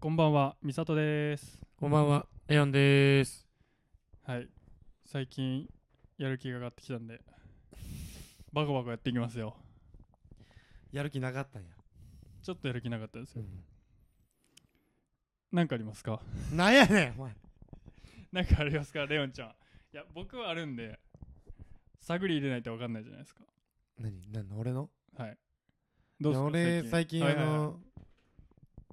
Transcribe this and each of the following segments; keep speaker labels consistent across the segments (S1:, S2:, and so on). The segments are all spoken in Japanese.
S1: こんばんは、みさとです。
S2: こんばんは、エアンです。
S1: はい。最近、やる気が上がってきたんで、バコバコやっていきますよ。
S2: やる気なかったんや。
S1: ちょっとやる気なかったですよ。なんかありますか
S2: なんやねん、お前。
S1: なんかありますかレオンちゃん。いや、僕はあるんで、探り入れないと分かんないじゃないですか。
S2: 何何の俺の
S1: はい。どうですか
S2: いや俺、最近、あ
S1: はいはいはい
S2: の、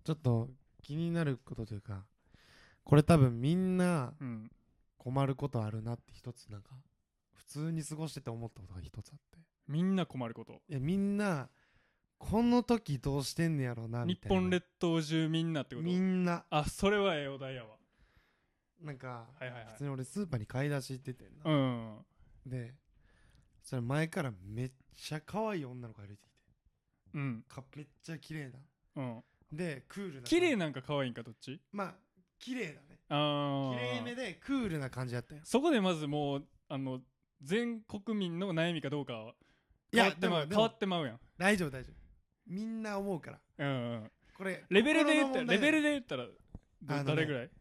S2: ちょっと気になることというか、これ多分みんな
S1: うん。
S2: 困ることあるなって一つ、なんか、普通に過ごしてて思ったことが一つあって。
S1: みんな困ること。
S2: いや、みんな、この時どうしてんねやろうな、み
S1: 日
S2: たいな。
S1: 本列島中みんなってこと
S2: みんな、
S1: あ、それはええお題やわ。
S2: なんか、
S1: はいはいはい
S2: 普通に俺スーパーに買い出し行っててんな。
S1: うん。
S2: で、それ前からめっちゃ可愛い女の子歩いてきて。
S1: うん。
S2: かめっちゃ綺麗な
S1: うん。
S2: でクールな
S1: 綺麗
S2: な
S1: なんか可愛いんか、どっち
S2: まあ綺麗だね
S1: ああ。
S2: 綺麗めでクールな感じだったよ
S1: そこでまずもうあの全国民の悩みかどうかはい変わ
S2: や
S1: ってまう
S2: でもで
S1: 変
S2: も
S1: わってまうやん、
S2: 大丈夫大丈夫みんな思うから
S1: うんうん、
S2: これ
S1: レベルで言
S2: 心
S1: っ
S2: の
S1: たら
S2: 問
S1: レ
S2: 題
S1: ベルで言ったら
S2: あ
S1: ど
S2: のね
S1: 誰ぐらい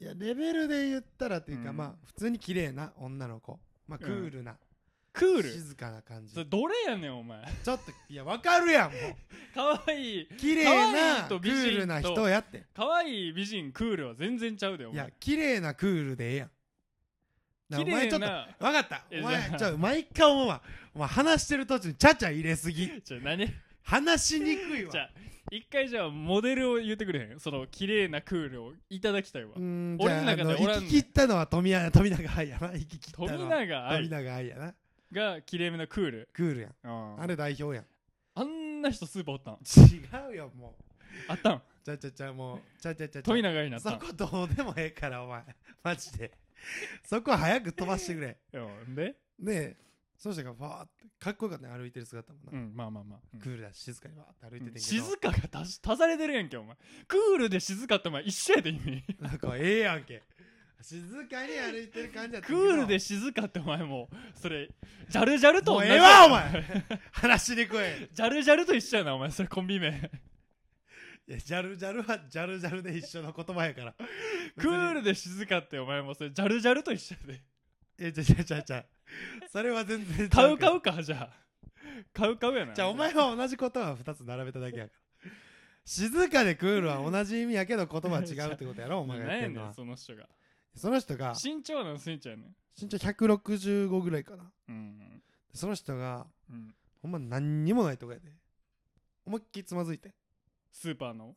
S2: いやレベルで言ったらっていうか、
S1: うん
S2: まあ普通に綺麗な女の子まあクールな、
S1: クール
S2: 静かな感じ
S1: それ
S2: ち
S1: どれやねんお前
S2: ょっといやわかるやんも
S1: 可愛いう
S2: 綺麗
S1: 可愛い
S2: なク
S1: と美人と
S2: ールな人やって
S1: 可愛い美人クールは全然ちゃうでお
S2: いや
S1: 前
S2: 綺麗なクールでええやん
S1: 綺
S2: だからお前ちょ
S1: 麗
S2: っと
S1: な
S2: わかった
S1: えじ
S2: お
S1: ゃ
S2: 前
S1: あ
S2: ちょ毎回思うわお前話してる途中にちゃちゃ入れすぎ
S1: じゃあ何じ
S2: 話しにくいわ
S1: ゃあ一回じゃあモデルを言ってくれへんその綺麗なクールをいただきたいわ
S2: うーん
S1: 俺
S2: じゃ
S1: の中で
S2: ああ
S1: おらんねん
S2: 行き切ったのは富永富永愛やな行き切った
S1: 富
S2: のは
S1: 永
S2: 富
S1: 愛
S2: 永愛やな
S1: が綺麗めなクール
S2: クールやん
S1: あ
S2: あれ代表やん
S1: あんな人スーパーおったん
S2: 違うよもう
S1: あったん
S2: ちゃちゃちゃもうちゃちゃちゃちゃ
S1: 富永愛になっ
S2: そ
S1: たん
S2: こどうでもええからお前マジでそこ早く飛ばしてくれ
S1: うんで
S2: ねえそうしたらファーってかっこよかったね歩いてる姿もな、
S1: うんまあまあまあうん
S2: クールだし静かにわーって歩いててんけど
S1: 静かが足し足されてるやんけお前クールで静かってお前一緒やで意味
S2: なんかええやんけ静かに歩いてる感じやっ
S1: ク
S2: たけど
S1: ールで静かってお前もうそれジャルジャルと
S2: も
S1: 同
S2: う
S1: じ
S2: ええわお前話しにくい
S1: ジャルジャルと一緒やなお前それコンビ 名
S2: いや、ジャルジャルはジャルジャルで一緒の言葉やから。
S1: クールで静かってお前もそれジャルジャルと一緒 やで
S2: え、じゃじゃじゃじゃそれは全然違
S1: 買う
S2: から
S1: 買うかじゃあ買う買うやな
S2: じゃあ、お前は同じ言葉を2つ並べただけやから。静かでクールは同じ意味やけど言葉は違うってことやろ、お
S1: お
S2: 前
S1: 前
S2: がや
S1: 何や
S2: ってんの
S1: ねん
S2: は。
S1: その人が
S2: その人が、
S1: 身長のスイちゃんやねん
S2: 身長165ぐらいかな。
S1: うん
S2: その人が、
S1: うん
S2: ほんま何にもないとこやで。思いっきりつまずいて。
S1: スーパーの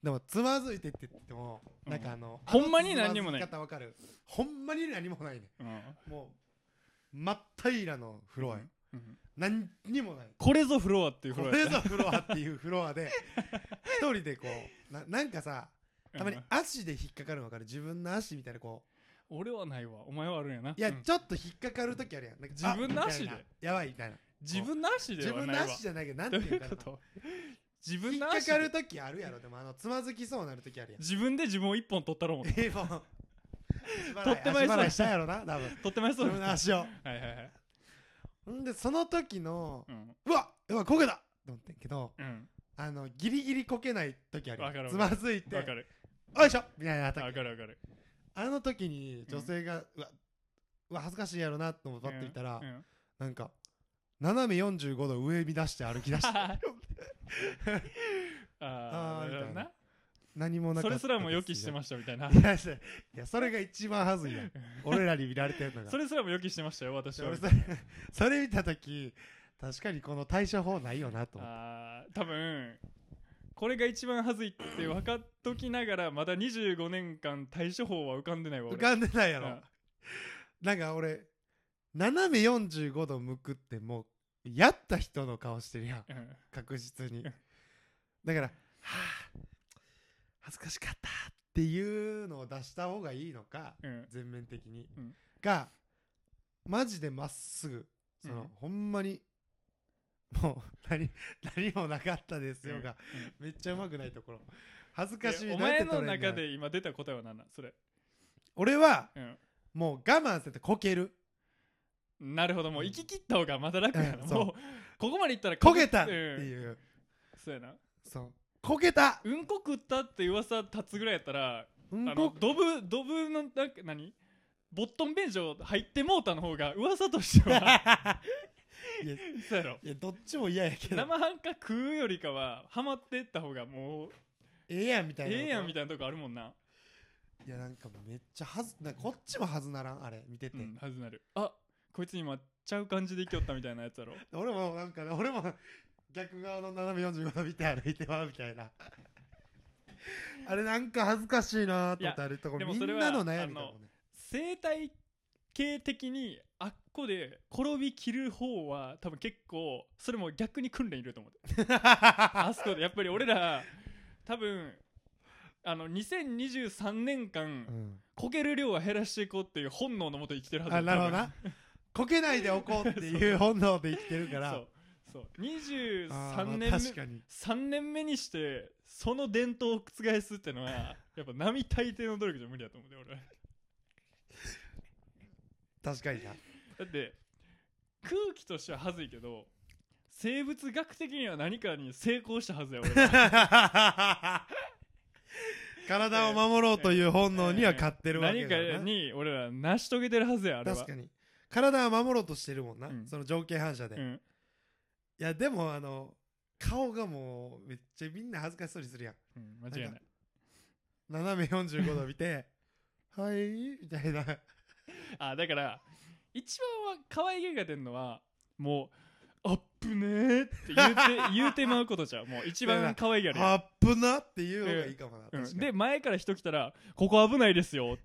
S2: でも、つまずいてって言っても、
S1: うん
S2: なんかあの、
S1: ほんまに何にもない
S2: あのつまずき方わかる。ほんまに何もないね。
S1: うん
S2: もう、真っ平らのフロアや。
S1: うん
S2: 何にもない
S1: これぞフロアっていうフ
S2: こ
S1: ロア
S2: れ
S1: や
S2: ぞフロアっていうフロ アで一人でこうななんかさたまに
S1: うん
S2: 足で引っかかるの分かる自分の足みたいなこ
S1: 俺はないわお前はあるんやな
S2: ういや
S1: うん
S2: ちょっと引っかかる時あるやんなんか
S1: 自分の
S2: あ
S1: 足で
S2: みたいなやばいみたいな
S1: 自分なしで
S2: 自
S1: は
S2: 分
S1: ない
S2: の
S1: わ
S2: 足じゃないけどなんて
S1: どう
S2: い
S1: いうう
S2: か
S1: こ
S2: な
S1: と自
S2: 引
S1: 分
S2: っ
S1: の
S2: か
S1: 足
S2: かる
S1: で
S2: 時あるやろでもあのつまずきそうなる時あるやん
S1: 自分で自分を一本取ったろうもん
S2: え えもう
S1: とってもやつだ
S2: 足払いしたやろな多分
S1: 取ってまい そ
S2: 自
S1: う
S2: 分の
S1: だ
S2: 足を
S1: はいはいはい
S2: んでその時の
S1: うん
S2: うわうわこけたと思ってんけど
S1: うん
S2: あのギリギリこけない時あるやん
S1: わかるわ
S2: つ
S1: か
S2: ま
S1: る
S2: ずいて
S1: わかる
S2: よいしょみたいな時
S1: わかるわかる
S2: あの時に女性が、うわうわ恥ずかしいやろなと思ってパッと見たら、
S1: うん うん
S2: なんか斜め45度上見出して歩き 出した
S1: あ
S2: あ
S1: ーな
S2: ー
S1: るほど
S2: みたい
S1: な
S2: な何もなか
S1: そ
S2: った
S1: れすらも予期してま
S2: し
S1: したみたいない
S2: やそれいやそれが一番恥ずいやん俺らに見られてるのが
S1: それすらも予期してましたよ私は
S2: 俺それ それ見た時確かにこの対処法ないよなと思っ
S1: あー多分これが一番恥ずいって分かっときながらまだ25年間対処法は浮かんでないわ
S2: て浮
S1: 俺
S2: かんでないや
S1: う
S2: ろ、
S1: ん
S2: なんか俺斜め45度向くってもうやった人の顔してるやん
S1: うん
S2: 確実に
S1: うん
S2: だから「はあ恥ずかしかった」っていうのを出した方がいいのか
S1: うん
S2: 全面的に、
S1: うん
S2: がマジでまっすぐその、
S1: うん
S2: ほんまにもう何何もなかったですよが、
S1: うんうん
S2: めっちゃうまくないところ恥ずかしい
S1: えお
S2: どうやっ
S1: 前
S2: て
S1: の
S2: 取れんねん
S1: 中で今出た答えは何なんそれ
S2: 俺は
S1: うん
S2: もう我慢せてこける
S1: なるほどもう行き切った方がまだ楽やな、
S2: うん
S1: も
S2: そう
S1: うここまで行ったら
S2: こけたっ
S1: う
S2: て
S1: ん
S2: いう、
S1: そうやな
S2: そうこけた
S1: うんこ食ったって噂立つぐらいやったら、
S2: う
S1: あ
S2: ん
S1: の
S2: こ
S1: ドブドブのなんか何ボットン便所入ってもうたの方が噂としては
S2: いや
S1: そうやろ
S2: いやどっちも嫌やけど
S1: 生半可食うよりかはハマってった方がもう
S2: ええやんみたいな
S1: ええやんみ
S2: た
S1: たいなとこあるもんな、
S2: いやなんかめっちゃはずなんかこっちもはずならんあれ見てて、
S1: うん、はずなるあこいつ今ちゃう感じで生きよったみたいなやつやろ
S2: 俺もなんかね俺も逆側の斜め45度見て歩いてまうみた いなあれなんか恥ずかしいなと思ってあるとこ
S1: いや
S2: み
S1: でもそれ
S2: ん
S1: は
S2: なの悩みだもんね
S1: 生態系的にあっこで転びきる方は多分結構それも逆に訓練いると 思うあそこでやっぱり俺ら多分あの2023年間
S2: うん
S1: こける量は減らしていこうっていう本能のもと生きてるはず
S2: あなるほどなこけないでおこうっていう本能で生きてるか
S1: 多分
S2: ら
S1: そうそう
S2: あ
S1: 23年
S2: ーまあ
S1: 目
S2: 確かに
S1: 3年目にしてその伝統を覆すってのはやっぱ並大抵の努力じゃ無理だと思うね俺は
S2: 確かに な
S1: だって空気としてははずいけど生物学的には何かに成功したはずや俺は
S2: 体を守ろうという本能には勝ってるわけ
S1: 何か
S2: だよな
S1: に俺ら成し遂げてるはずやあれは
S2: 確かに体は守ろうとしてるもんな、
S1: うん
S2: その条件反射で、
S1: う
S2: い
S1: ん
S2: やでもあの顔がもうめっちゃみんな恥ずかしそうにするやん
S1: うん、間違いない
S2: なん斜め45度見て はいみたいな
S1: あだから一番は可愛げが出るのはもう「あっぶねー」って言う て言うてまうことじゃんもう一番可愛げあるやん
S2: アップなっていう方がいいかもな、
S1: うん
S2: 確かに
S1: で前から人来たら「ここ危ないですよ」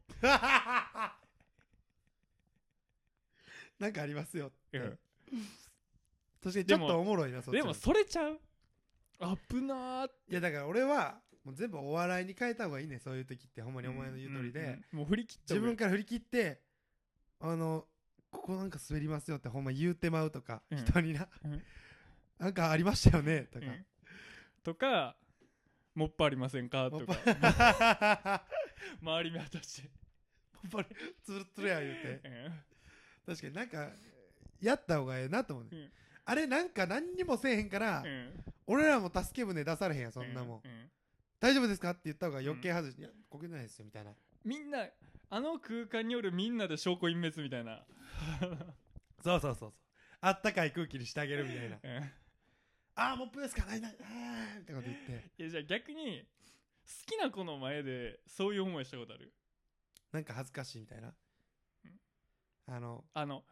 S2: なんかありますよって、
S1: うん
S2: 確かにち
S1: で
S2: ょ
S1: も
S2: っとおもろいなそっち
S1: で
S2: の
S1: もそれちゃう危なーって
S2: いやだから俺はもう全部お笑いに変えた方がいいねそういう時ってほんまにお前の言う通りで、
S1: んんうんもう振り切っちゃう
S2: 自分から振り切ってあのここなんか滑りますよってほんま言うてまうとか、
S1: うん
S2: 人にな、
S1: うん
S2: なんかありましたよねとか、
S1: うんとか「もっぱありませんか?」
S2: も
S1: と
S2: っ
S1: か
S2: ぱ
S1: 周り見渡して
S2: もっぱりつるつるや言うて
S1: うん
S2: 確かになんかやった方がええなと思うね、
S1: うん
S2: あれなんか何にもせえへんから、
S1: うん
S2: 俺らも助け舟出されへんやんそんなもん、
S1: うう
S2: 大丈夫ですかって言った方が余計外して、いやこけないですよみたいな
S1: みんなあの空間によるみんなで証拠隠滅みたいな
S2: そうそうそうそうあったかい空気にしてあげるみたいな
S1: うん
S2: ああモップですかないないあーみたいなこと言って
S1: いやじゃあ逆に好きな子の前でそういう思いしたことある
S2: なんか恥ずかしいみたいなあの
S1: あの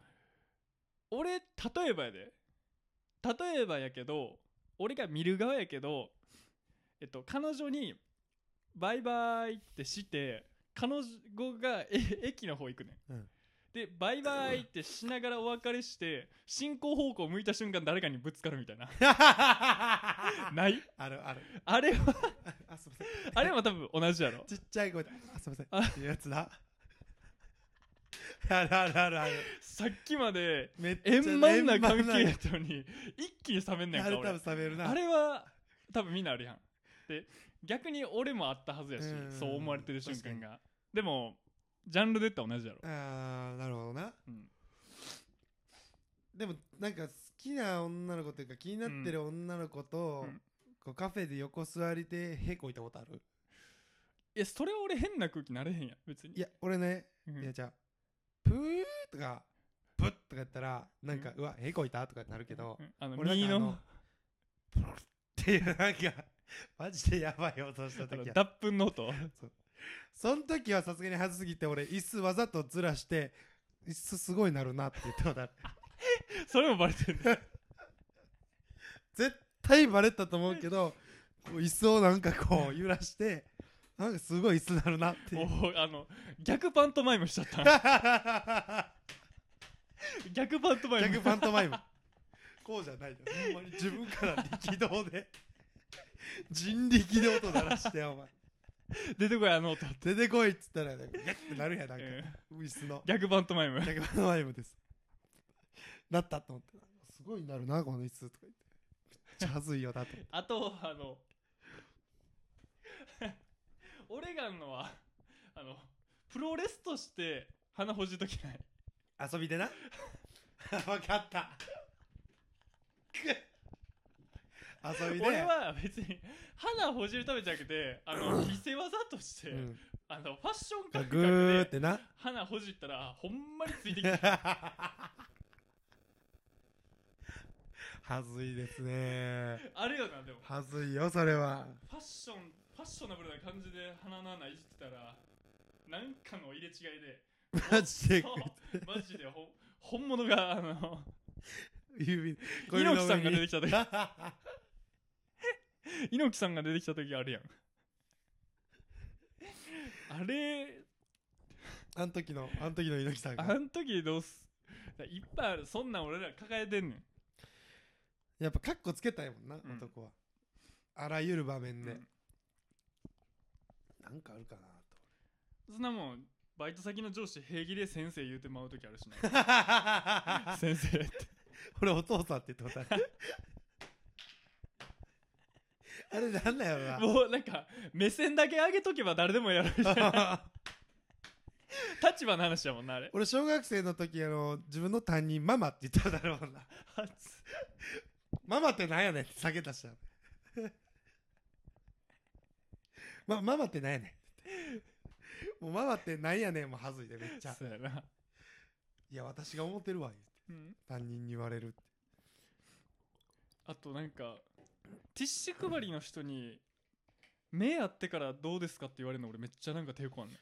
S1: 俺例えばやで例えばやけど俺が見る側やけどえっと彼女に「バイバイ」ってして彼女がえ駅の方行くね、
S2: うん
S1: で「バイバイ」ってしながらお別れして進行方向向いた瞬間誰かにぶつかるみたいな
S2: あ
S1: ない
S2: るある
S1: あれは
S2: あすいません
S1: あれは多分同じやろ
S2: ちっちゃい声であすいません
S1: あ
S2: っていうやつだあるあるあるある
S1: さっきまで
S2: めっちゃ
S1: 円満な関
S2: 円
S1: 係や
S2: 満
S1: ったのに一気に冷めんねん
S2: な
S1: か
S2: あれ
S1: 俺
S2: 多分冷めるな
S1: あれは多分みんなあるやんで逆に俺もあったはずやし
S2: うん
S1: そう思われてる瞬間がでもジャンルで言ったら同じやろ、
S2: あーなるほどな
S1: うん
S2: でもなんか好きな女の子というか気になってる女の子と、
S1: うん
S2: こうカフェで横座りでへこいたことある
S1: いやそれは俺変な空気なれへんやん別に
S2: いや俺ね、
S1: うん
S2: いやじゃあプーとかプッとか言ったらなんか、うわへこいたとかってなるけど、
S1: うんあの
S2: 俺
S1: 右
S2: なんかあ
S1: の
S2: のっていうなんかマジでやばい音した
S1: あの
S2: 時は
S1: 脱粉の音
S2: その時はさすがに恥ずすぎて俺椅子わざとずらして椅子すごいなるなって言ったことある
S1: それもバレ てる
S2: 絶対バレたと思うけどこう椅子をなんかこう揺らしてなんかすごい椅子なるなって いう
S1: おあの逆パントマイムしちゃっ た
S2: 逆
S1: 逆パントマイム
S2: パントマイムこうじゃないよほんまに自分から力道で人力で音鳴らしてお前
S1: 出てこいあの音、
S2: 出てこいっつったらねギャッてなるやんなんか
S1: うん
S2: 椅子の
S1: 逆パントマイム
S2: 逆パントマイムですなったと思ってすごいなるなこの椅子とか言ってめっちゃ恥ずいよなと思って
S1: あとあのオレガンのはあのプロレスとして鼻ほじっときない
S2: 遊び でな分かった遊びで
S1: 俺は別に花補充食べじゃなくてあ の見せ技として、
S2: うん
S1: あのファッション
S2: あ
S1: 感
S2: グーっ
S1: 覚で
S2: てな
S1: 花ほじったらほんまについてき て
S2: はずいですね
S1: あるよなでも
S2: はずいよそれは
S1: ファッションファッショナブルな感じで鼻の穴いじってたらなんかの入れ違い で
S2: マジで
S1: そうマジでほ本物があの
S2: 指小指 の
S1: 猪木さんが出
S2: 上
S1: て
S2: に
S1: きた時猪木さんが出てきた時あるやんあれ
S2: あん時のあん時の猪木さん
S1: あ
S2: が
S1: ん時どうすいっぱいあるそんなん俺ら抱えてんねん
S2: やっぱカッコつけたいもんな、
S1: うん
S2: 男はあらゆる場面で、
S1: うん
S2: なんかあるかな と
S1: そんなもんバイト先の上司平気で先生言うてまう時あるしな
S2: こ
S1: 先生って
S2: れお父さんって言ってもた あれなんだよ な
S1: もうなんか目線だけ上げとけば誰でも やる立場の話やもんなあれ
S2: 俺小学生の時あの自分の担任ママって言ったことあるもんなママってなんやねんって下げ出したの ま、ママってなんやねんもうママってなんやねんもはずいでめっちゃ
S1: そうやな、
S2: いや私が思ってるわ言って
S1: うん、
S2: 担任に言われるって
S1: あとなんかティッシュ配りの人に目あってからどうですかって言われるの俺めっちゃなんか抵抗あんねん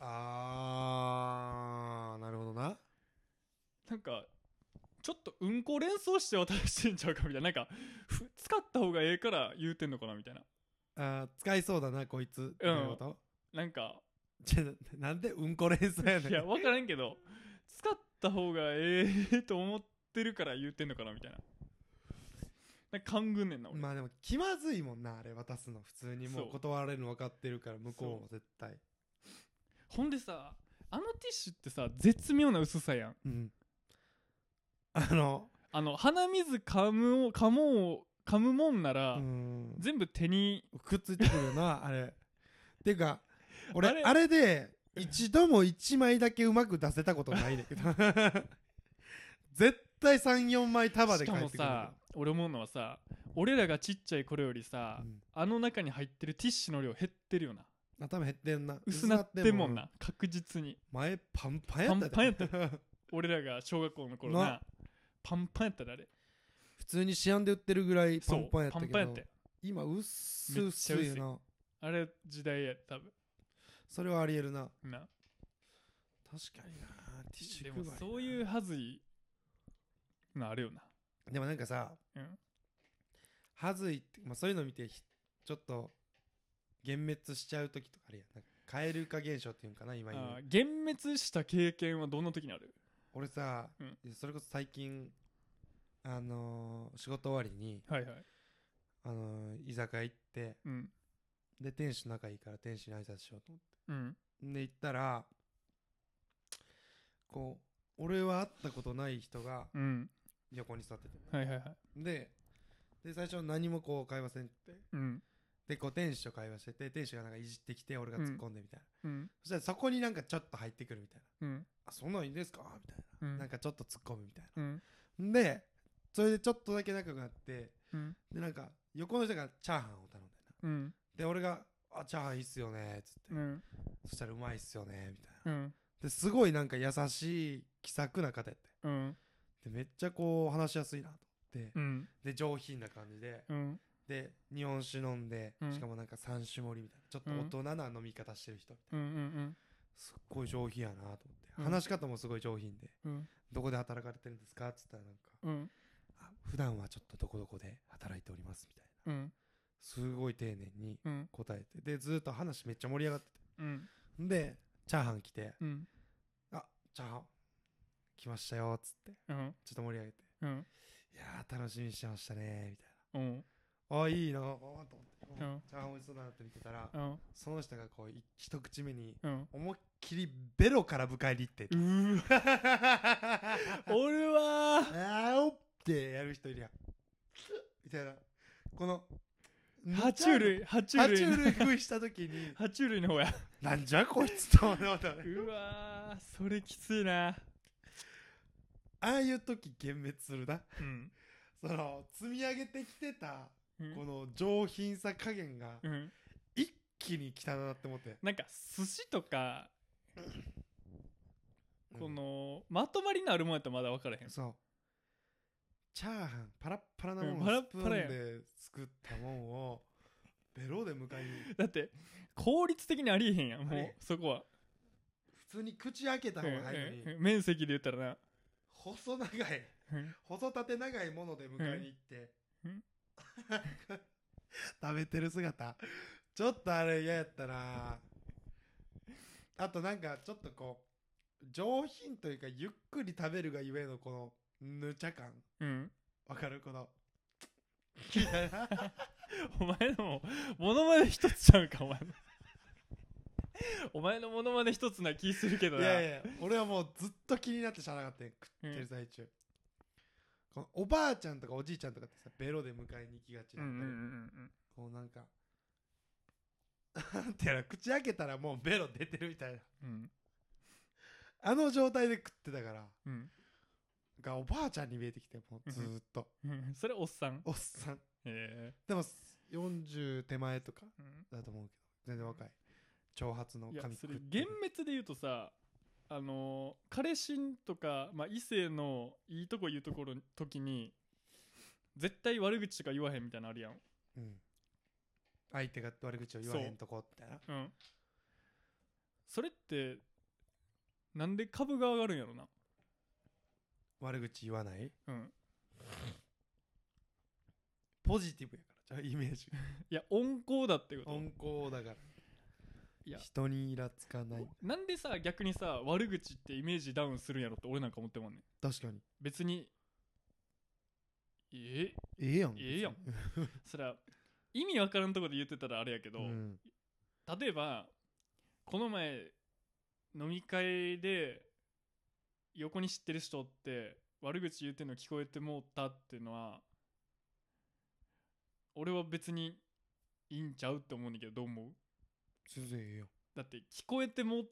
S2: あーなるほどな
S1: なんかちょっとうんこ連想して渡してんちゃうかみたいななんかふ使った方がええから言うてんのかなみたいな
S2: あー使いそうだなこいつみたいなこと、
S1: なんか
S2: ちょ ななんでうんこ連想やね
S1: い
S2: ん
S1: や分からんけど使った方がええと思ってるから言うてんのかなみたいななんか勘ぐんねんな俺、
S2: まあでも気まずいもんなあれ渡すの普通にも
S1: そう
S2: う断られるの分かってるから向こうも絶対
S1: ほんでさあのティッシュってさ絶妙な薄さやん
S2: うんあの
S1: あの鼻水噛むを噛もう噛むもんなら、
S2: うん
S1: 全部手に
S2: くっついてくるよなあれていうか俺
S1: あ
S2: あ
S1: れ
S2: れで一度も一枚だけうまく出せたことないねんけど 絶対34枚束
S1: し
S2: で
S1: か
S2: 返
S1: も
S2: ってくる
S1: さ俺思うのはさ俺らがちっちゃい頃よりさ、
S2: うん
S1: あの中に入ってるティッシュの量減ってるよな
S2: 頭減ってんな
S1: 薄なってんもん
S2: 薄
S1: な確実に
S2: 前パンパンやったで
S1: パンパ俺らが小学校の頃な
S2: な
S1: パンパンやったであれ
S2: 普通に市販で売ってるぐらいパ
S1: そう
S2: ンパンやった
S1: パ
S2: け
S1: ンパンやっ
S2: ど
S1: て
S2: 今うっす
S1: めっ
S2: う
S1: ち
S2: す
S1: ゃ薄い
S2: いよな
S1: あれ時代や多分
S2: それはありえるな
S1: な
S2: 確かになティッシ
S1: で
S2: ュ
S1: も
S2: 配り
S1: そういうはずいのあるよな
S2: でもなんかさ、
S1: うん
S2: はずいって、まあ、そういうの見てひちょっと幻滅しちゃう時とかあるやんなんか蛙化現象っていうんかな今言う
S1: あー幻滅した経験はどんな時にある
S2: 俺さ、
S1: うん
S2: それこそ最近あのー仕事終わりに、
S1: はいはい
S2: あのー居酒屋行って
S1: うん
S2: で店主仲いいから店主に挨拶しようと思
S1: うん
S2: ってで行ったらこう俺は会ったことない人が
S1: うん
S2: 横に座ってて
S1: はいはいはい
S2: でで最初何もこう会話せんって
S1: うん
S2: でこう店主と会話してて店主がなんかいじってきて俺が突っ込んでみたいな、
S1: うん
S2: そしたらそこになんかちょっと入ってくるみたいな
S1: うん
S2: 「あそんなんいいんですか?」みたいな、
S1: うん
S2: なんかちょっと突っ込むみたい
S1: うん
S2: なでそれでちょっとだけ仲良くなって
S1: うん
S2: でなんか横の人がチャーハンを頼んだよな
S1: うん
S2: で俺が「あチャーハンいいっすよね」っつって、
S1: うん
S2: そしたら「うまいっすよね」みたいな、
S1: うん
S2: ですごいなんか優しい気さくな方やって
S1: うん
S2: でめっちゃこう話しやすいなと思って、
S1: うん
S2: で上品な感じで、
S1: うん
S2: で日本酒飲んで、
S1: うん
S2: しかもなんか三種盛りみたいなちょっと大人な飲み方してる人、
S1: うんうん
S2: すっごい上品やなと思って、
S1: うん
S2: 話し方もすごい上品で
S1: うん
S2: 「どこで働かれてるんですか?」っつったらなんか
S1: うん
S2: 「あ普段はちょっとどこどこで働いております」みたいな
S1: うん
S2: すごい丁寧に
S1: うん
S2: 答えてでずーっと話めっちゃ盛り上がって
S1: うん
S2: てんでチャーハン来て
S1: うん
S2: 「あチャーハン来ましたよ」っつって
S1: うん
S2: ちょっと盛り上げて
S1: うん
S2: 「いやー楽しみにしてましたね」みたい
S1: うん
S2: な「あいいなー」と思っ
S1: う
S2: て、
S1: ん
S2: チャーハン美味しそうだなって見てたら、
S1: うん
S2: その人がこうい一口目に
S1: うん
S2: 思いっきりベロから迎えに行って
S1: うーわおるわー
S2: あーおってやる人いるやん。みたいな。この、
S1: 爬虫類爬虫
S2: 爬
S1: 類、
S2: 虫類食いしたときに
S1: 爬虫類の方や
S2: なんじゃこいつと思ったね。
S1: うわーそれきついな
S2: ああいう時幻滅するな。
S1: うん
S2: その、積み上げてきてた
S1: うん
S2: この上品さ加減が
S1: うん、
S2: 一気に来たなって思って、
S1: なんか寿司とか
S2: うん
S1: このまとまりのあるもんやったらまだ分からへん
S2: そうチャーハンパラッパラな
S1: う
S2: も
S1: ん
S2: ん
S1: パラ
S2: を
S1: ッ
S2: スプ
S1: パラ
S2: ー
S1: や
S2: ン
S1: ん
S2: で作ったもんをベロで迎えに
S1: だって効率的にありえへんやんも
S2: あ
S1: う
S2: り
S1: そこは、
S2: 普通に口開けた方が早いの
S1: うん
S2: に
S1: うん面積で言ったらな
S2: 細長い
S1: うん
S2: 細縦長いもので迎えに行って、
S1: うん
S2: 食べてる姿ちょっとあれ嫌やったなあとなんかちょっとこう上品というかゆっくり食べるがゆえのこのぬちゃ感
S1: うん
S2: わかる この
S1: お前のもモノマネ一つちゃうかお前のお前のモノマネ一つな気するけど
S2: い
S1: な
S2: やいや俺はもうずっと気になってしゃあなかったよ食ってる最中、このおばあちゃんとかおじいちゃんとかってさベロで迎えに行きがち
S1: う
S2: だ
S1: ん
S2: っ
S1: うん
S2: たり、
S1: うんうん
S2: こうなんか なんてやら口開けたらもうベロ出てるみたいな
S1: うん
S2: あの状態で食ってたから
S1: うん
S2: がおばあちゃんに見えてきてもうずーっと
S1: うんそれおっさん
S2: おっさん
S1: え
S2: でも40手前とか
S1: えうん
S2: だと思うけど全然若い長髪の
S1: いや
S2: 髪
S1: そ
S2: 食
S1: れ
S2: っ
S1: 幻
S2: てる
S1: 滅で言うとさあのー彼氏とか、まあ、異性のいいとこ言うところ時に絶対悪口とか言わへんみたいなのあるやん、
S2: うん相手が悪口を言わへんとこみたいな
S1: うん、それってなんで株が上がるんやろな
S2: 悪口言わない
S1: うん
S2: ポジティブやからじゃあイメ ージ
S1: いや温厚だってこと
S2: 温厚だから
S1: いや
S2: 人にイラつかない
S1: なんでさ逆にさ悪口ってイメージダウンするんやろって俺なんか思ってもんねん
S2: 確かに
S1: 別にえ
S2: ええやん
S1: ええやん
S2: 別に
S1: そら意味わからんとこで言ってたらあれやけど、
S2: うん
S1: 例えばこの前飲み会で横に知ってる人って悪口言うてんの聞こえてもうたっていうのは俺は別にいいんちゃうって思うねんだけどどう思う
S2: 全然ええやん
S1: だって聞こえても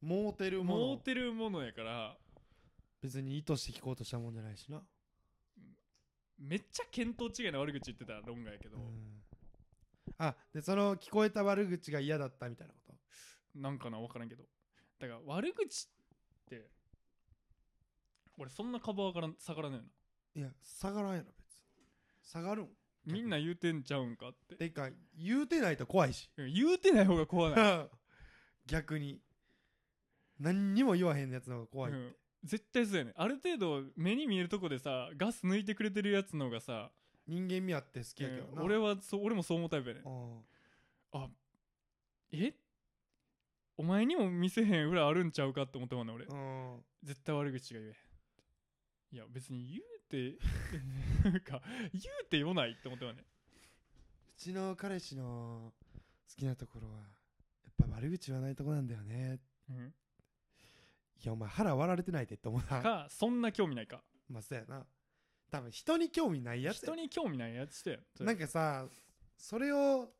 S2: モーテルもの
S1: もうてるものやから
S2: 別に意図して聞こうとしたもんじゃないしな、
S1: めっちゃ見当違いの悪口言ってたら論外やけど、
S2: うんあでその聞こえた悪口が嫌だったみたいなこと
S1: なんかな分からんけどだから悪口って俺そんな株上がらん下がらないない
S2: や下がらんやろ別に下がるん
S1: みんな言うてんちゃうんかって
S2: てか言うてないと怖いし
S1: うん言うてない方が怖ない
S2: 逆に何にも言わへんやつの方が怖い、
S1: うん絶対そうやねある程度目に見えるとこでさガス抜いてくれてるやつの方がさ、
S2: 人間味あって好きやけど
S1: うん
S2: な、
S1: 俺はそう俺もそう思うタイプやね
S2: うん
S1: えお前にも見せへん裏あるんちゃうかって思ってまうね俺
S2: うん
S1: 絶対悪口が言えへんいや別に言 うてなんか言うて言わないって思ってまうね
S2: うちの彼氏の好きなところはやっぱ悪口言わないとこなんだよね
S1: うん
S2: いやお前腹割られてないでって思うな
S1: かそんな興味ないか
S2: まあそうやな多分人に興味ないやつや
S1: 人に興味ないやつしてそれ
S2: なんかさそれを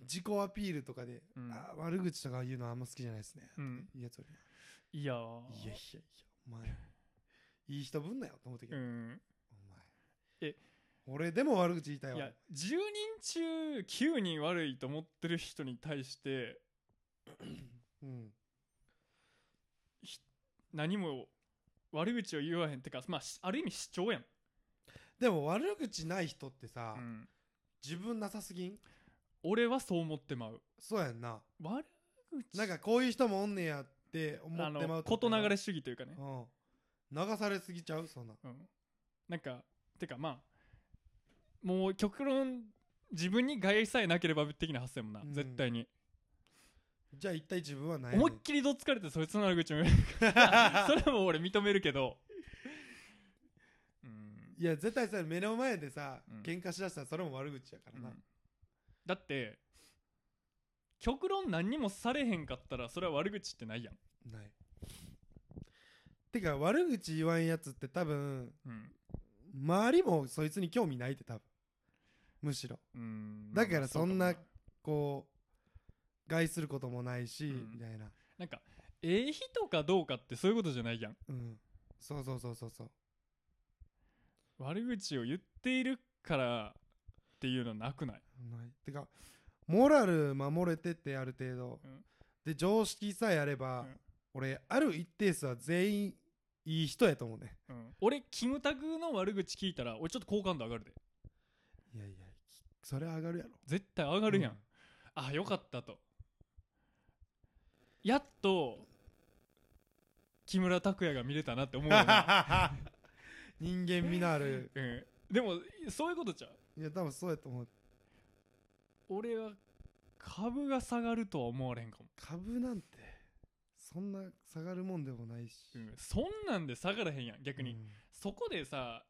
S2: 自己アピールとかで、
S1: うん
S2: あー悪口とか言うのはあんま好きじゃないですね、
S1: うん
S2: いいやつより
S1: いやー
S2: いやいやいやお前いい人ぶんなよと思ってけ
S1: う
S2: ど、
S1: ん
S2: お前
S1: え
S2: 俺でも悪口言いたいわ
S1: いや10人中9人悪いと思ってる人に対して
S2: うん
S1: 何も悪口を言わへんってかまあしある意味主張やん、
S2: でも悪口ない人ってさ、
S1: うん
S2: 自分なさすぎん
S1: 俺はそう思ってまう
S2: そうやんな
S1: 悪口
S2: なんかこういう人もおんねやって思
S1: あ
S2: ってま
S1: の
S2: うこと
S1: 事
S2: や
S1: 流
S2: な
S1: れ主義というかね、
S2: うん流されすぎちゃうそんな
S1: うん、なんかてかまあもう極論自分に害さえなければ的な発想やもんな、
S2: うん
S1: 絶対に
S2: じゃあ一体自分はない
S1: 思いっきりどつかれてそいつの悪口も言えるから それはもう俺認めるけどうん
S2: いや絶対さ目の前でさ、
S1: うん
S2: 喧嘩しだしたらそれも悪口やからな、
S1: うんだって極論何にもされへんかったらそれは悪口ってないやん、
S2: ないてか悪口言わんやつって多分
S1: うん
S2: 周りもそいつに興味ないって多分むしろ
S1: うん
S2: だからそん
S1: ま
S2: な
S1: あうかも
S2: こう害することもないし、
S1: うん
S2: みたいな
S1: なんかええ人かどうかってそういうことじゃないやん
S2: うんそうそうそうそうそう
S1: 悪口を言っているからっていうのなくない
S2: ないてかモラル守れてってある程度、
S1: うん
S2: で常識さえあれば、
S1: うん
S2: 俺ある一定数は全員いい人やと思うね
S1: うん、俺キムタクの悪口聞いたら俺ちょっと好感度上がるで
S2: いやいやそれ上がるやろ
S1: 絶対上がるやん、
S2: うん
S1: あよかったとやっと木村拓哉が見れたなって思うよ な、
S2: 人間味の ある
S1: うん、でもそういうことじゃう
S2: いや多分そうやと思う
S1: 俺は株が下がるとは思われんかも、
S2: 株なんてそんな下がるもんでもないし、
S1: うん、そんなんで下がらへんやん逆に、
S2: うん
S1: そこでさ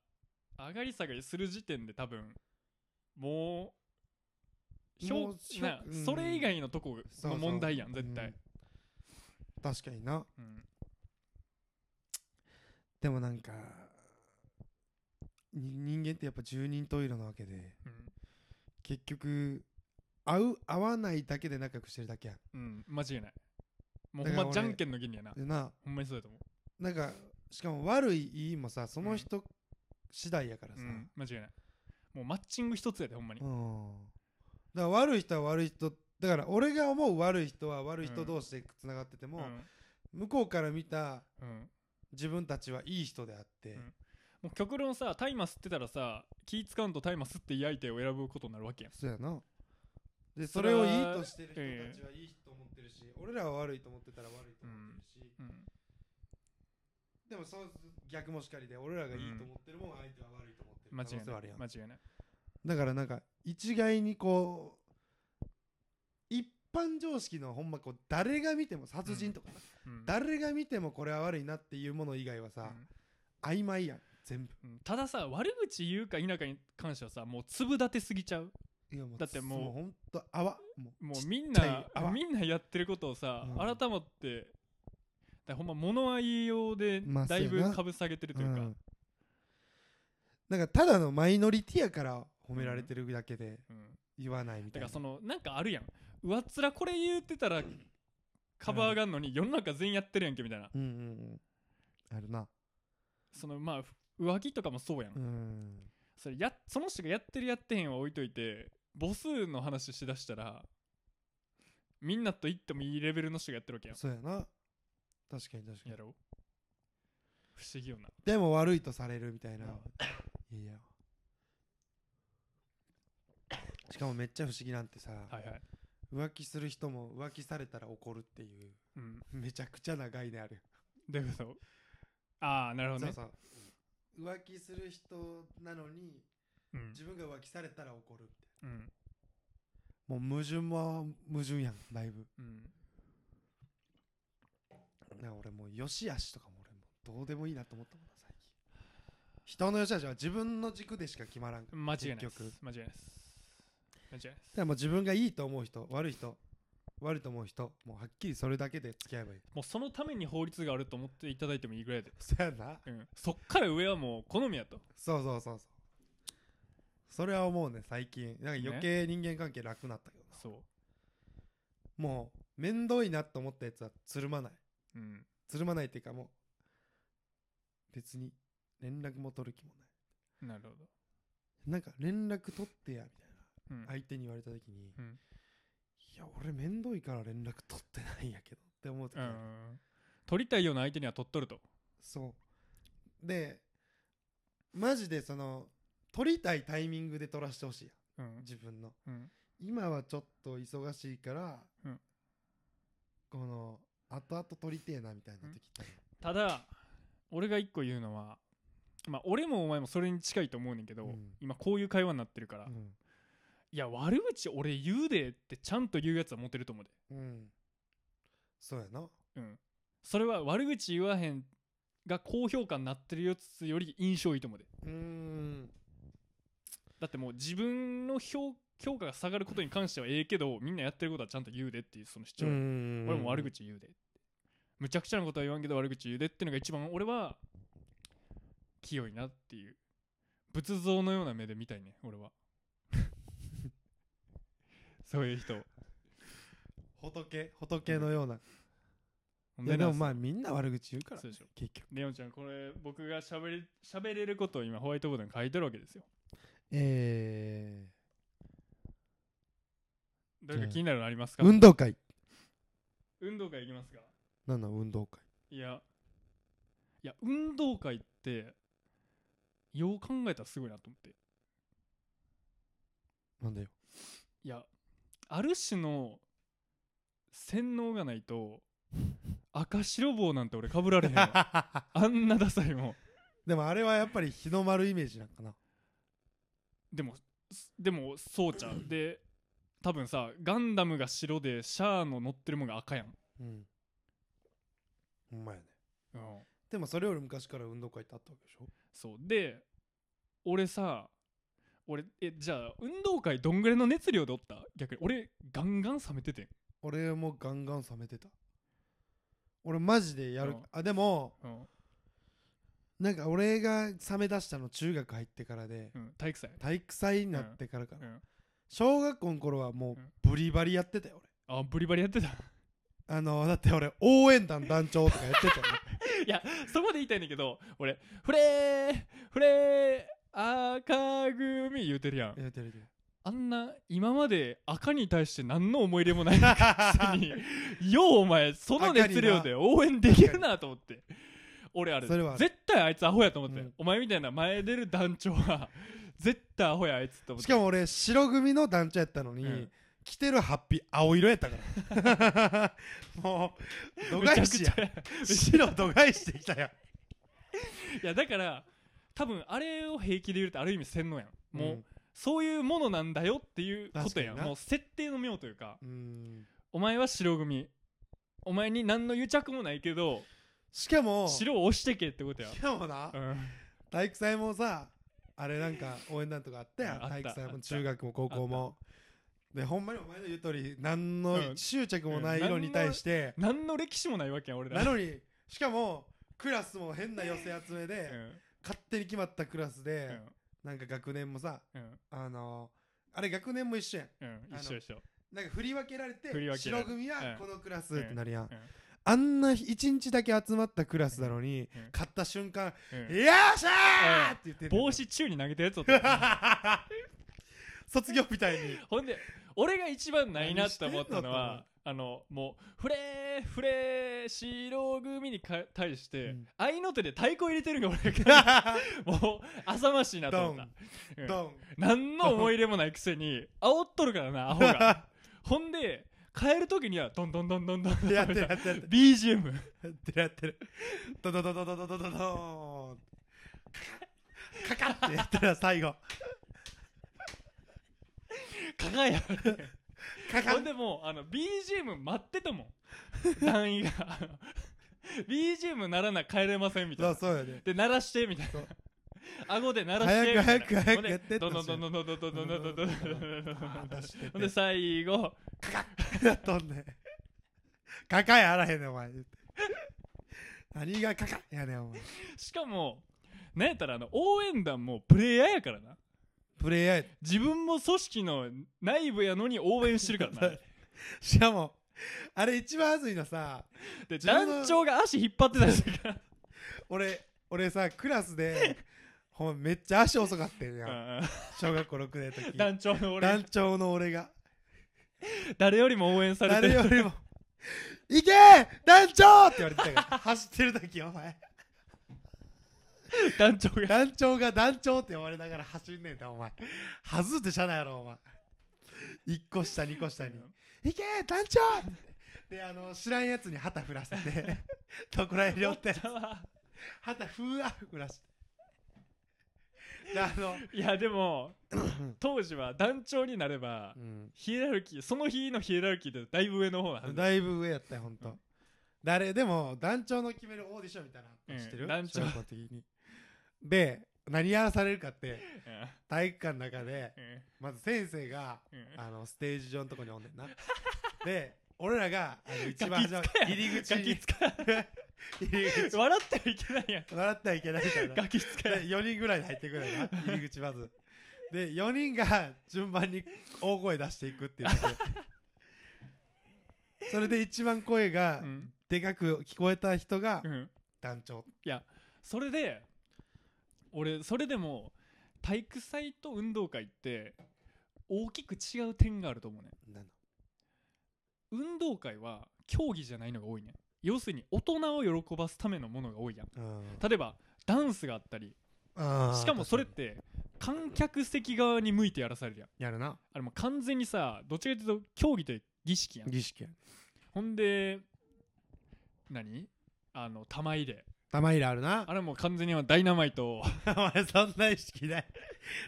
S1: 上がり下がりする時点で多分もう評
S2: もう評
S1: な
S2: うん
S1: それ以外のとこ
S2: そうそ
S1: の
S2: う
S1: 問題やん絶
S2: う
S1: 対
S2: ん、確かにな
S1: うん
S2: でもなんかに人間ってやっぱ十人十色なわけで
S1: うん
S2: 結局合う合わないだけで仲良くしてるだけやん
S1: うん、間違いないもうほ
S2: だ
S1: ん
S2: から
S1: ま
S2: 俺
S1: じゃんけんの原理やな
S2: でな
S1: ほんまにそうだと思う
S2: なんかしかも悪いいいもさその人次第やからさ、
S1: うん、間違いないもうマッチング一つやでほんまに、
S2: うんだから悪い人は悪い人だから俺が思う悪い人は悪い人
S1: うん
S2: 同士でつながってても、
S1: うん
S2: 向こうから見た
S1: うん
S2: 自分たちはいい人であって、
S1: うんもう極論さ大麻吸ってたらさ気使うんと大麻吸っていい相手を選ぶことになるわけやん
S2: そうやなで
S1: そ
S2: そ
S1: れ
S2: れ
S1: は
S2: をいいとしてる人たちはいい人と思ってるし、俺らは悪いと思ってたら悪いと思ってるし、
S1: うん
S2: でもそう逆もしかりで俺らがいいと思ってるもん、相手は悪いと思ってる
S1: 間違い
S2: 可能性はある
S1: ない
S2: やん
S1: 間違いない
S2: だからなんか一概にこう一般常識のほんまこう誰が見ても殺人とかな、
S1: うん
S2: 誰が見てもこれは悪いなっていうもの以外はさ、曖昧やん全部
S1: うんうんたださ悪口言うか否かに関してはさもう粒立てすぎちゃう
S2: いやもう
S1: だってもう
S2: もうほんと泡もう
S1: も
S2: ち
S1: うみん
S2: ちっちゃ
S1: ない
S2: 泡
S1: みんなやってることをさ、
S2: うん
S1: 改まってだからほんま物合い用で
S2: まあ
S1: だい
S2: そうや
S1: ぶ
S2: な
S1: 株下げてるというか、
S2: ん、なんかただのマイノリティやから褒められてるだけで
S1: うん
S2: 言わないみた
S1: だか
S2: いな、
S1: らそのなんかあるやん上っ面これ言ってたらカバーがんのに世の中全員やってるやんけみたいな
S2: うんうんうんあるな
S1: そのまあふ上着とかもそうやん、
S2: うん
S1: それやその人がやってるやってへんは置いといて母数の話しだしたらみんなと言ってもいいレベルの人がやってるわけや
S2: そうやな確かに確
S1: ん
S2: か
S1: や
S2: に
S1: ろ不思議よな
S2: でも悪いとされるみたいな、
S1: うん
S2: いやいやしかもめっちゃ不思議なんてさ、
S1: はいはい
S2: 浮気する人も浮気されたら怒るっていう
S1: うん
S2: めちゃくちゃな概念ある
S1: どういうことああなるほど
S2: そう
S1: ね
S2: そう浮気する人なのに
S1: うん
S2: 自分が浮気されたら怒るみたい
S1: うん
S2: なもう矛盾は矛盾やんだいぶ
S1: うん
S2: な俺もう良し悪しとかも俺もうどうでもいいなと思ったもんな最近人の良し悪しは自分の軸でしか決まらんから
S1: 間違いないで
S2: 結
S1: す
S2: 局
S1: 間違いないです間違いないです
S2: だからもう自分がいいと思う人悪い人悪いと思う人もうはっきりそれだけで付き合えばいい
S1: もうそのために法律があると思っていただいてもいいぐらいで、
S2: そうやな
S1: うん、そっから上はもう好みやと
S2: そうそうそうそうそれは思うね最近なんか余計人間関係楽になったけどな、
S1: そ
S2: もう面倒いなと思ったやつはつるまないう
S1: うん
S2: つるまないっていうかもう別に連絡も取る気もな
S1: な
S2: い
S1: るほど
S2: なんか連絡取ってやみたいな
S1: うん
S2: 相手に言われた時に、
S1: うん
S2: いや俺面倒いから連絡取ってないんやけどって思う時
S1: う
S2: ある、
S1: ん取りたいような相手には取っとると
S2: そうでマジでその取りたいタイミングで取らしてほしいや
S1: うんん
S2: 自分の
S1: うん
S2: 今はちょっと忙しいから、
S1: うん
S2: この後々取りてえなみたいな時ってある、
S1: ただ俺が一個言うのはまあ俺もお前もそれに近いと思うねんけど、
S2: うん
S1: 今こういう会話になってるから、
S2: うん
S1: いや悪口俺言うでってちゃんと言うやつはモテると思うで
S2: うんそうやな
S1: うんそれは悪口言わへんが高評価になってるやつより印象いいと思うで
S2: うーん
S1: だってもう自分の評評価が下がることに関してはええけどみんなやってることはちゃんと言うでっていうその主張、俺も悪口言うでってむちゃくちゃなことは言わんけど悪口言うでってのが一番俺は清いなっていう仏像のような目で見たいね俺 はそういう人
S2: 仏仏のような、
S1: ほん
S2: いやでも
S1: な
S2: まあみんな悪口言うから
S1: そうでしょ
S2: 結局
S1: レオンちゃんこれ僕がしゃべれしゃべれることを今ホワイトボードに書いてるわけですよ
S2: え
S1: 誰か気になるのありますか、
S2: 運動会
S1: 運動会行きますか
S2: なんなん運動会
S1: いやいや運動会ってよう考えたらすごいなと思って
S2: なん だよ
S1: いやある種の洗脳がないと赤白帽なんて俺かぶられへん わあんなダサいもん
S2: でもあれはやっぱり日の丸イメージなんかな
S1: でもすでもそうちゃうで多分さガンダムが白でシャアの乗ってるもんが赤やん、
S2: うんほんまやね
S1: うん、
S2: でもそれより昔から運動会ってあったわけでしょ
S1: そうで俺さ俺えじゃあ運動会どんぐらいの熱量でおった逆に俺ガンガン冷めててん
S2: 俺もガンガン冷めてた俺マジでやる、
S1: うん
S2: あでも
S1: うん、
S2: なんか俺が冷め出したの中学入ってからで
S1: うん、体育祭
S2: 体育祭になってからかな、
S1: うん
S2: 小学校の頃は
S1: うん
S2: もうブリバリやってたよ
S1: あブリバリやってた
S2: 俺あのだって俺応援団団長とかやってたよ、ね、
S1: いや そこで言いたいねんだけど俺フレーフレー赤組言うてるやん
S2: やってるやってる
S1: あんな今まで赤に対して何の思い入れもないくせ にようお前その熱量で応援できるなと思って俺あれ
S2: それはある
S1: 絶対あいつアホやと思って、
S2: うん
S1: お前みたいな前出る団長は絶対アホやあいつと思っ
S2: してかも俺白組の団長やったのに、
S1: うん
S2: 着てるハッピー青色やったから もう度
S1: むちゃ
S2: 外
S1: くち
S2: 視や
S1: ゃい
S2: 白度外視できたや
S1: やだから多分あれを平気で言うとある意味洗脳やん
S2: ん
S1: もう、そういうものなんだよっていうことや
S2: 確か
S1: ん
S2: にな
S1: もう設定の妙というか
S2: うんうん
S1: お前は白組お前に何の癒着もないけど
S2: しかもし
S1: 白を押してけってことや、
S2: かもな、
S1: うん
S2: 体育祭もさあれなんか応援団とかあった
S1: う
S2: や
S1: んんあった
S2: 体育祭
S1: あっ
S2: も
S1: た
S2: 中学も高校もでほんまにお前の言う通り何
S1: う
S2: の
S1: ん
S2: 執着もな
S1: う
S2: い
S1: ん
S2: 色に対して、
S1: 何の歴史もないわけやん俺ら
S2: なのにしかもクラスも変な寄せ集めで、
S1: う
S2: 勝手に決まったクラス
S1: んう
S2: で、
S1: ん
S2: なんか学年もさ
S1: うん
S2: あのあれ学年も一緒やん
S1: うん
S2: あの
S1: 一緒一緒
S2: なんか振り分けられて
S1: 振り分けられ
S2: 白
S1: る
S2: 組
S1: う
S2: は
S1: ん
S2: このクラスってなるやん、
S1: うんうん
S2: あんな一日だけ集まったクラスなのに、
S1: うん
S2: 勝った瞬間「
S1: うん
S2: よっしゃー!」って言ってんねん
S1: 帽子宙に投げたやつを取って
S2: 卒業みたいに
S1: ほんで俺が一番ないなって思ったの
S2: 何
S1: はあのもうフレーフレー白組にか対して
S2: うん
S1: 合いの手で太鼓入れてるのが俺が もう浅ましいなと思ったうん
S2: ドン
S1: 何の思い入れもないくせに煽っとるからなアホがほんで帰る時にはどんどんどんどんどんどん
S2: やってるやってるやってる
S1: BGM
S2: やってるやってるドドドドドドドドドーンカカッってやったら最後
S1: かかや
S2: カカ
S1: ほ
S2: ッ
S1: んでもうあの BGM 待ってたもん団員があの BGM ならな帰れませんみたい
S2: そう
S1: な
S2: そうやね
S1: で鳴らしてみたい
S2: そう
S1: な顎で鳴らしてみたいな
S2: 早く早く
S1: ほんで
S2: 早くやって
S1: どんどんどんどんどんどんどんどんどんどんどんどんどんどん
S2: あー出してて
S1: ほんで最後
S2: やっとんねんカカやあらへんねんお前何がカカやねんお前
S1: しかもなんやったらあの応援団もプレイヤーやからな
S2: プレイヤーや
S1: 自分も組織の内部やのに応援してるから な
S2: しかもあれ一番熱いのさ
S1: で
S2: 自分の
S1: 団長が足引っ張ってたりするから
S2: 俺俺さクラスでほんまめっちゃ足遅かったんやん
S1: うん
S2: 小学校6年の時
S1: 団長の俺
S2: 団長の俺が
S1: 誰よりも応援されて
S2: 誰
S1: る
S2: よりも「行けー団長!」って言われてた から走ってる時お前
S1: 団長が
S2: 団長が団長って呼ばれながら走んねんてお前はずって車内やろお前1個下2個 下に「行けー団長!」であの知らんやつに旗振らせ てどこらへん寄って旗ふわふらしてであの、
S1: いやで も当時は団長になればヒエラルキーその日のヒエラルキーでだいぶ上の方なはず
S2: だいぶ上やったよ、ほんと。誰でも団長の決めるオーディションみたいなのあったの知ってる、
S1: うん団長
S2: 小学校の時に。で、何やらされるかって、
S1: う
S2: 体育館の中で、
S1: んうん
S2: まず先生が、
S1: うん
S2: あの、ステージ上のとこにおんねんな。で、俺らが、あの、一番
S1: ガキ
S2: 端の
S1: 使え
S2: 入り口
S1: ガキ
S2: に、
S1: 使え
S2: 入り 口、
S1: 笑ってはいけないやん
S2: 笑ってはいけないから。
S1: ガキ使え
S2: 4人ぐらいで入ってくるよな入り口まずで4人が順番に大声出していくっていうだけそれで一番声が
S1: うん
S2: でかく聞こえた人が
S1: うん
S2: 団長
S1: それで俺それでも体育祭と運動会って大きく違う点があると思うね
S2: なの
S1: 運動会は競技じゃないのが多いね要するに大人を喜ばすためのものが多いやん例えばダンスがあったりしかもそれって観客席側に向いてやらされるやん
S2: やるな
S1: あれもう完全にさどっちかというと競技って儀式やん
S2: 儀式や
S1: ほんで何あの玉入れ
S2: 玉入れあるな
S1: あれもう完全にダイナマイト
S2: お前そんな意識ない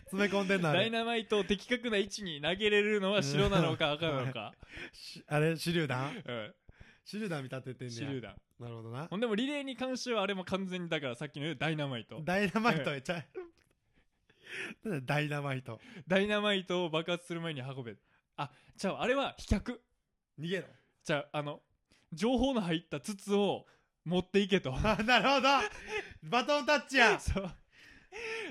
S2: 詰め込んでんのあ
S1: ダイ
S2: れ
S1: ナマイトを的確な位置に投げれるのは白なのか赤なのか、
S2: しあれ手榴弾
S1: うん、
S2: 手榴弾見立ててんね
S1: 手榴弾
S2: なるほどな
S1: ほんでもリレーに関してはあれも完全にだからさっきの言うダイナマイト
S2: ダイナマイトやちゃう なんだダイナマイト
S1: ダイナマイトを爆発する前に運べあじゃああれは飛脚
S2: 逃げろ
S1: じゃああの情報の入った筒を持っていけと
S2: あなるほどバトンタッチ や
S1: そう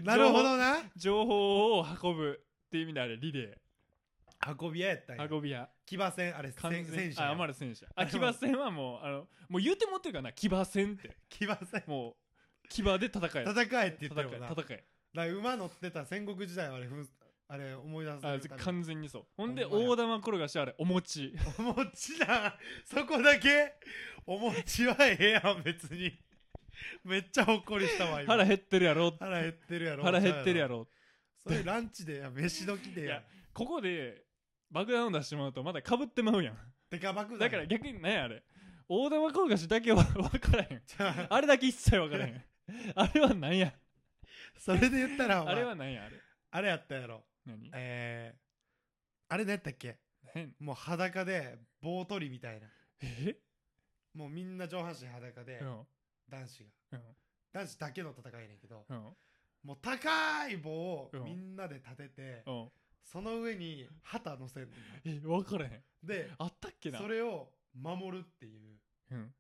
S2: なるほどな
S1: 情報を運ぶっていう意味であれリレ
S2: 運び屋やったんや
S1: ー運び屋
S2: 騎馬戦あれ戦
S1: 完全
S2: 戦車
S1: あ
S2: や
S1: まだ戦車
S2: あ
S1: あ
S2: れ
S1: 騎馬戦はもうあのもう言うてもってるからな騎馬戦って
S2: 騎馬戦
S1: もう騎馬で戦え
S2: 戦えって言って
S1: 戦
S2: るもんな
S1: え
S2: だか
S1: 戦え
S2: ら馬乗ってた戦国時代はあれふんあれ思い出す
S1: あ完全にそうほんで
S2: ほんまや
S1: 大玉転がしはあれお餅
S2: お餅だそこだけお餅はええやん別に めっちゃほっこりしたわ今
S1: 腹減ってるやろ
S2: 腹減ってるやろ
S1: 腹減ってるや
S2: ろ
S1: ろ
S2: それランチでや飯時で
S1: い
S2: や
S1: やここで爆弾を出してもらうとまだかぶってまうやん
S2: てか爆弾
S1: だから逆に何やあれ大玉転がしだけは分からへん
S2: じゃあ
S1: あれだけ一切分からへ んあれは何や
S2: それで言ったらお前
S1: あれは何やあれ
S2: あれやったやろ
S1: 何
S2: えー、あれ何やったっけ
S1: 変
S2: もう裸で棒取りみたいな
S1: え
S2: もうみんな上半身裸で、
S1: うん
S2: 男子が
S1: うん
S2: 男子だけの戦いやねんけど、
S1: うん
S2: もう高い棒を
S1: うん
S2: みんなで立てて、
S1: うん
S2: その上に旗乗せ んの
S1: え分からへん
S2: で
S1: あったっけな
S2: それを守るっていう
S1: うん、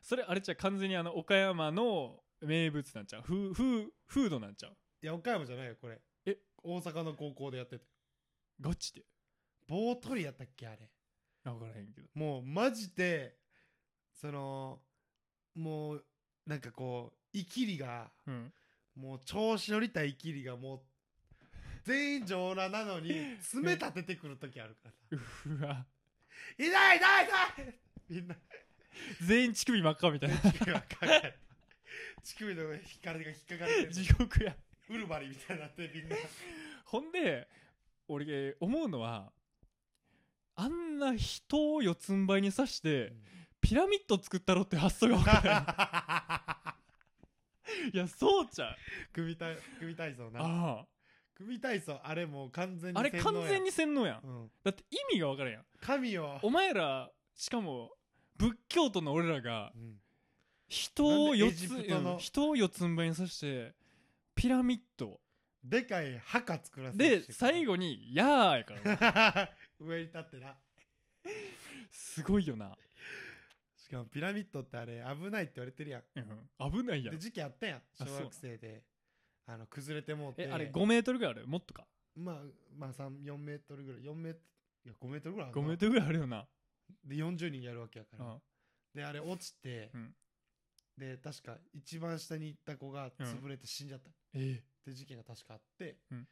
S1: それあれじゃう完全にあの岡山の名物なんちゃうフーフーフードなんちゃう
S2: いや岡山じゃないよこれ
S1: え
S2: 大阪の高校でやってて
S1: ガチで
S2: 棒取りやったっけあれ
S1: 分からへんけど
S2: もうマジでそのもうなんかこうイキリが
S1: うん
S2: もう調子乗りたいイキリがもう全員上裸なのに爪立ててくる時あるからさ
S1: うわ
S2: 「痛い痛い痛い!」みんな
S1: 全員乳首真っ赤みたいな
S2: 乳首がかかる乳首の光が引っかかれてる
S1: 地獄や
S2: ウルバリみたいになってみんな
S1: ほんで俺えー思うのはあんな人を四つん這いに刺してピラミッド作ったろって発想が分から へんいやそうちゃう
S2: 組体組体操な
S1: あ
S2: 組体操あれもう完全
S1: あ
S2: に
S1: あれ
S2: 洗脳
S1: 完
S2: や
S1: 全に洗脳やん
S2: うん、
S1: だって意味が分からへんやん
S2: 神を、
S1: お前らしかも仏教徒の俺らが
S2: うん
S1: 人を四
S2: なんでエジ
S1: つ、
S2: プトの
S1: うん人を四つん這いにさしてピラミッド
S2: でかい墓作らせて
S1: で最後に「やー」や からな
S2: 上に立ってな
S1: すごいよな、
S2: しかもピラミッドってあれ危ないって言われてるやん
S1: うん、危ないや
S2: で
S1: ん
S2: 時期あったやん
S1: あ
S2: 小学生であの崩れてもうて
S1: えあれ5メートルぐらいあるもっとか
S2: まあまあ三4メートルぐらい4メートルいや5メートルぐらいある
S1: 5
S2: な
S1: メートルぐらいあるよな、
S2: で40人やるわけやか
S1: う
S2: ら、
S1: ん、
S2: であれ落ちて、
S1: うん
S2: で確か一番下に行った子が潰れて死んじゃった、
S1: え
S2: って事件が確かあって、
S1: うん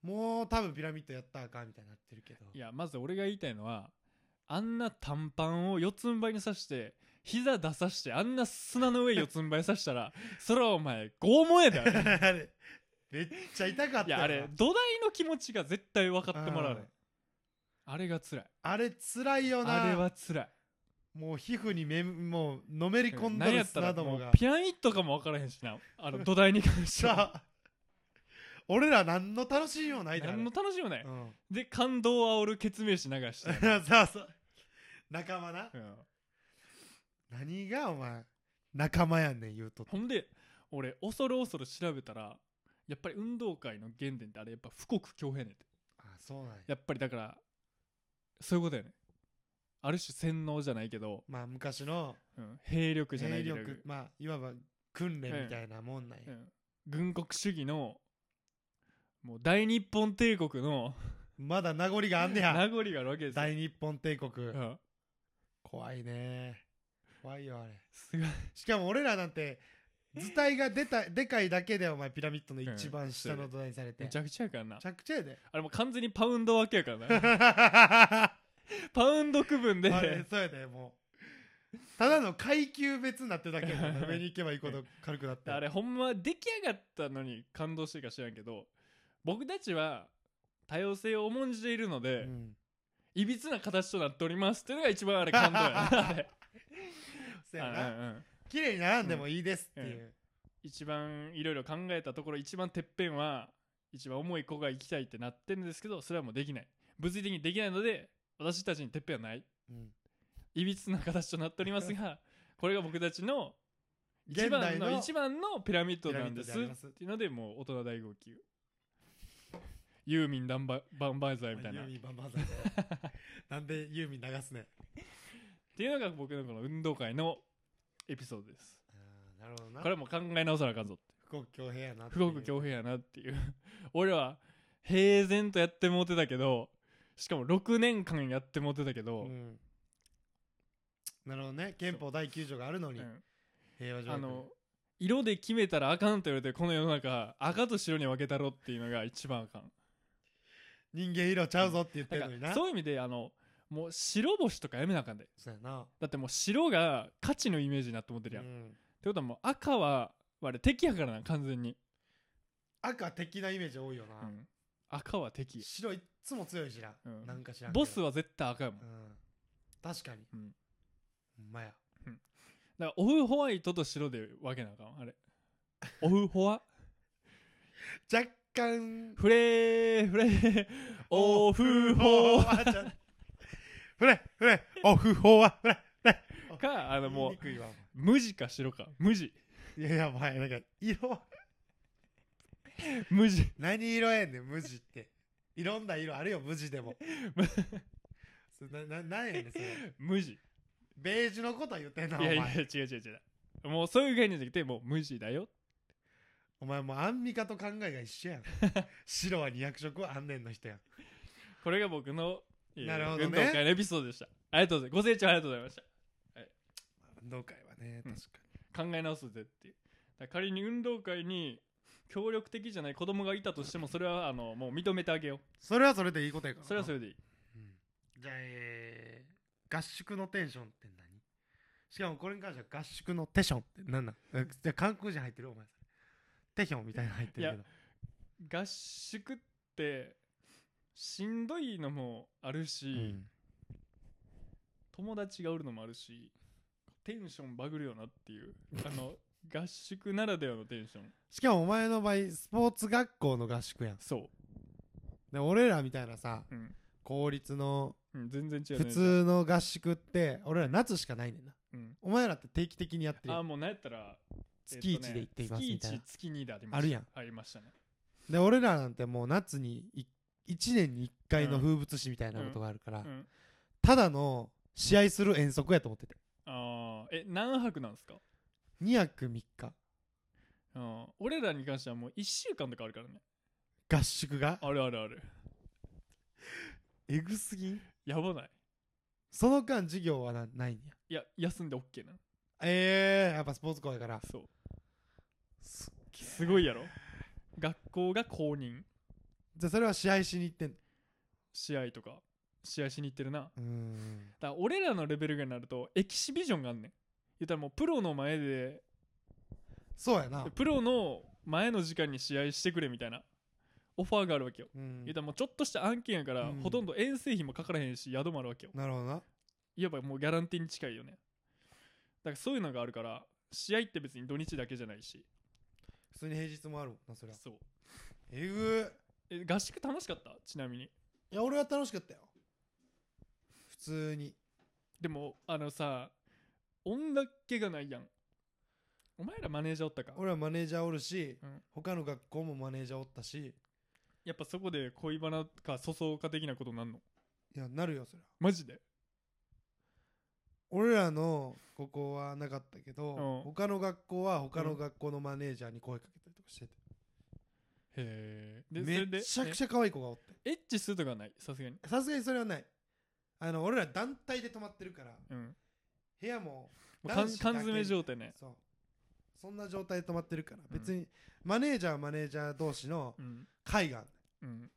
S2: もう多分ピラミッドやったらあかんみたいになってるけど
S1: いやまず俺が言いたいのはあんな短パンを四つん這いにさして膝出さしてあんな砂の上四つん這いさした らそれはお前拷問やであれ
S2: あれめっちゃ痛かっ
S1: い
S2: たよ
S1: や
S2: な
S1: あれ土台の気持ちが絶対分かってもらうね
S2: うん
S1: あれが辛い
S2: あれ辛いよな
S1: あれは辛い
S2: もう皮膚にめもうのめり込んだ
S1: なんや
S2: り
S1: っ
S2: す
S1: たら
S2: なども
S1: も
S2: が
S1: うピラミッドかも分からへんしなあの土台に関 しては
S2: さあ俺ら何の楽しみもないだろ
S1: 何の楽しみもない、
S2: うん
S1: で感動を煽るケツメイシ流して、
S2: さあさあ仲間な
S1: うん
S2: 何がお前仲間やねん言うとって
S1: ほんで俺恐る恐る調べたらやっぱり運動会の原点ってあれやっぱ富国強兵ねんて
S2: あそうなんや
S1: やっぱりだからそういうことやねある種洗脳じゃないけど、
S2: まあ昔の
S1: うん、兵力じゃな
S2: 兵
S1: いけど、
S2: 力まあいわば訓練みたいなもんなんや、
S1: うん、軍国主義のもう大日本帝国の
S2: まだ名残があんね
S1: 名
S2: や
S1: 残があるわけですよ、
S2: 大日本帝国、
S1: うん、
S2: 怖いね怖いよあれ
S1: すごい
S2: しかも俺らなんて図体が出たでかいだけでお前ピラミッドの一番下の土台にされ て、
S1: めちゃくちゃやからな
S2: めちゃくちゃやで。
S1: あれもう完全にパウンド分けやからなパウンド区分で
S2: あれそうやでもうただの階級別になってたけどな上に行けば行くほど軽くなって
S1: あれほんま出来上がったのに感動してるか知らんけど僕たちは多様性を重んじているの
S2: う
S1: で、
S2: ん
S1: いびつな形となっておりますっていうのが一番あれ感動や なあれ
S2: そうや
S1: う
S2: なん
S1: うんうん
S2: 綺麗に並んでもいいですって
S1: うん
S2: いう
S1: 一番いろいろ考えたところ一番てっぺんは一番重い子が行きたいってなってるんですけどそれはもうできない物理的にできないので私たちにてっぺんはない
S2: うん
S1: いびつな形となっておりますがこれが僕たちの一
S2: 現
S1: 番
S2: 代
S1: の
S2: の
S1: 一番のピラミッドなんです
S2: ピラミッドであります
S1: っていうのでもう大人大号泣ユーミンダンバ万々歳みたいな
S2: ユ
S1: っ
S2: ーミンバンバンさん なんでユーミン流すね
S1: ていうのが僕のこの運動会のエピソードです
S2: なるほどな
S1: これはもう考え直さなあかんぞ
S2: 不国強兵やな
S1: 不国強兵やなっていう俺は平然とやってもうてたけどしかも6年間やってもうてたけど、
S2: うんなるほどね憲法第9条があるのに
S1: うん
S2: 平和条
S1: あ
S2: 約
S1: の色で決めたらあかんと言われてるこの世の中赤と白に分けたろっていうのが一番あかん
S2: 人間色ちゃうぞって言って
S1: だか
S2: るのに
S1: ら
S2: な
S1: そういう意味であのもう白星とかやめなあかんで
S2: そうやな
S1: だってもう白が価値のイメージになって思ってるやん、
S2: う
S1: っ
S2: ん
S1: てことはもう赤はあれ敵やからな完全に、
S2: 赤的なイメージ多いよ
S1: う
S2: なん
S1: 赤は敵
S2: 白いっつも強いしな
S1: うん
S2: なんか知らんけど
S1: ボスは絶対赤やもん、
S2: う
S1: だか
S2: ん確かに
S1: う
S2: ほ
S1: ん
S2: んまや
S1: らオフホワイトと白で分けなあか んあれオフホワ
S2: 若干
S1: フレーフレーオフホ
S2: ほ
S1: ワ
S2: わちゃ んふれふれオフほわふれ
S1: かあのも
S2: 言
S1: う
S2: いにくいわ
S1: 無地か白か無地
S2: いやいやお前なんか色
S1: 無地
S2: 何色やねん無地っていろんな色あるよ無地で もそれなななんやねんそれ
S1: 無地
S2: ベージュのこと言ってんないお
S1: や
S2: 前
S1: いや違う違う違うもうそういう概念じゃなくてもう無地だよ
S2: お前もうアンミカと考えが一緒や ん白は200色はあんねんの人やん
S1: これが僕の、えー
S2: なるほどね
S1: 運動会のエピソードでした。ありがとうございます。ご清聴ありがとうございました。
S2: 運動会はね
S1: うん
S2: 確か
S1: 考え直すぜっていう。だから仮に運動会に協力的じゃない子供がいたとしても、それはあのもう認めてあげよう。
S2: それはそれでいいことやからな
S1: それはそれでいい。
S2: うんじゃあえー合宿のテンションって何しかもこれに関しては合宿のテションって何なん えじゃあ韓国人入ってるお前テヒョンみたいなの入ってるけど
S1: 合宿ってしんどいのもあるし、
S2: うん
S1: 友達がおるのもあるし、テンションバグるよなっていう。あの合宿ならではのテンション。
S2: しかもお前の場合スポーツ学校の合宿やん
S1: そ
S2: で俺らみたいなさ
S1: う。うん。
S2: 公立の
S1: うん、全然違う、
S2: 普。通の合宿って俺ら夏しかないねんな
S1: うん、
S2: お前らって定期的にやって
S1: あ
S2: るや
S1: あ、
S2: ん
S1: もうなんやったら、
S2: 月1で行っていますみたいな
S1: 月1、月2でありました。
S2: あるやん
S1: ありましたね。
S2: で俺らなんてもう夏に1年に1回の風物詩みたいなことがあるから
S1: うん。
S2: ただの試合する遠足やと思ってて
S1: ああ、え、何泊なんですか
S2: 2泊3日
S1: うん。俺らに関してはもう1週間とかあるからね。
S2: 合宿が
S1: あるあるある。
S2: えぐすぎん
S1: やばない。
S2: その間授業はなないんや
S1: いや、休んで OK な。
S2: ええやっぱスポーツ校やから
S1: そう。
S2: す
S1: すごいやろ。学校が公認。
S2: じゃあそれは試合しに行ってん
S1: 試合とか。試合しに行ってるな。だか
S2: うーん
S1: ら俺らのレベルになると、エキシビジョンがあんねん。言ったらもうプロの前で、
S2: そうやな
S1: プロの前の時間に試合してくれみたいな。オファーがあるわけよ。
S2: うん
S1: 言うたらもうちょっとした案件やから、
S2: うん
S1: ほとんど遠征費もかからへんし宿もあるわけよ
S2: なるほどない
S1: わばもうギャランティーに近いよねだからそういうのがあるから試合って別に土日だけじゃないし
S2: 普通に平日もあるもんなそれは
S1: そう
S2: えぐ
S1: え合宿楽しかったちなみに
S2: いや俺は楽しかったよ普通に
S1: でもあのさ音楽系がないやんお前らマネージャーおったか
S2: 俺はマネージャーおるし、
S1: うん
S2: 他の学校もマネージャーおったし
S1: やっぱそこで恋バナか粗相か的なことになんの
S2: いやなるよそれは
S1: マジで
S2: 俺らのここはなかったけど、
S1: うん
S2: 他の学校は他
S1: う
S2: の
S1: ん
S2: 学校のマネージャーに声かけたりとかしてて、
S1: へえでそれ
S2: め
S1: で
S2: っちゃくちゃ可愛い子がおって
S1: えエッチするとかはないさすがに
S2: さすがにそれはないあの俺ら団体で泊まってるから
S1: うんも
S2: 部屋も
S1: う缶
S2: 男子だけ
S1: 缶詰状態ね
S2: そうそんな状態で泊まってるから
S1: うん
S2: 別にマネージャーはマネージャー同士の
S1: うん
S2: 会があんねん
S1: うん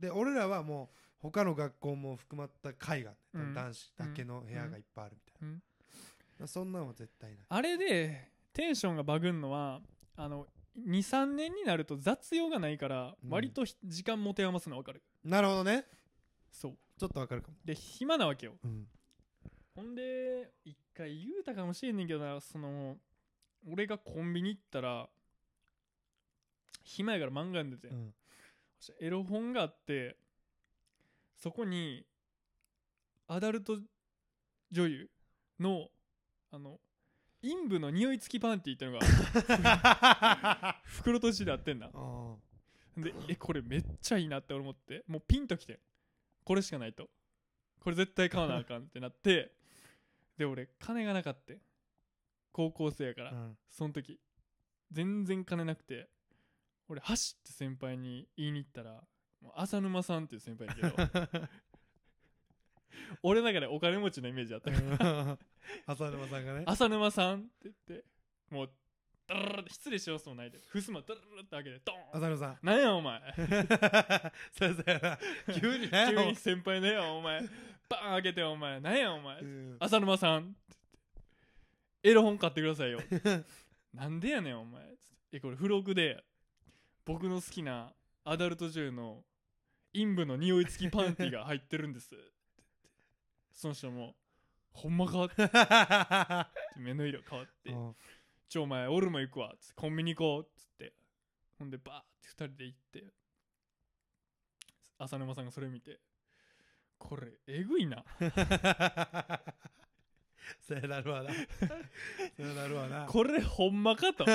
S2: で俺らはもう他の学校も含まった会があんねん、
S1: うん
S2: 男子だけの部屋がいっぱいあるみたいな、
S1: うん
S2: まあそんなんは絶対ない
S1: あれでテンションがバグんのはあの23年になると雑用がないから
S2: うん
S1: 割とひ時間持て余すの分かる、
S2: なるほどね
S1: そう
S2: ちょっとわかるかも、
S1: で暇なわけよ
S2: うん、
S1: ほんで一回言うたかもしれんねんけどなその俺がコンビニ行ったら暇やから漫画読んでて、
S2: うん
S1: そしてエロ本があってそこにアダルト女優のあの陰部の匂い付きパンティーってのが 袋とじであってんな
S2: あ
S1: でえこれめっちゃいいなって俺思ってもうピンときてこれしかないとこれ絶対買わなあかんってなって で俺金がなかった高校生やから、
S2: あ、うん、
S1: その時全然金なくて俺走って先輩に言いに行ったらもう浅沼さんっていう先輩やけど 俺の中でお金持ちのイメージあったから
S2: 浅沼さんがね
S1: 浅沼さんって言ってもうダラララって失礼しようそうもないで襖ダラララって開けてドーン
S2: 浅 沼さん
S1: なんやお前
S2: そうそうやな急に ね
S1: 急に先輩だよお前バーン開けてお前なんやお前
S2: うん
S1: 浅沼さんって言ってエロ本買ってください よなんでやねんお前つってえこれ付録で僕の好きなアダルト女優の陰部の匂い付きパンティが入ってるんですって言ってその人もほんまかって目の色変わって
S2: うん
S1: ちょ、お前、オルマ行くわ。つってコンビニ行こう。つって。ほんで、バーって二人で行って。浅沼さんがそれ見て。これ、えぐいな。
S2: そうなるわ な。そうなるわな。
S1: これ、ほんまかと。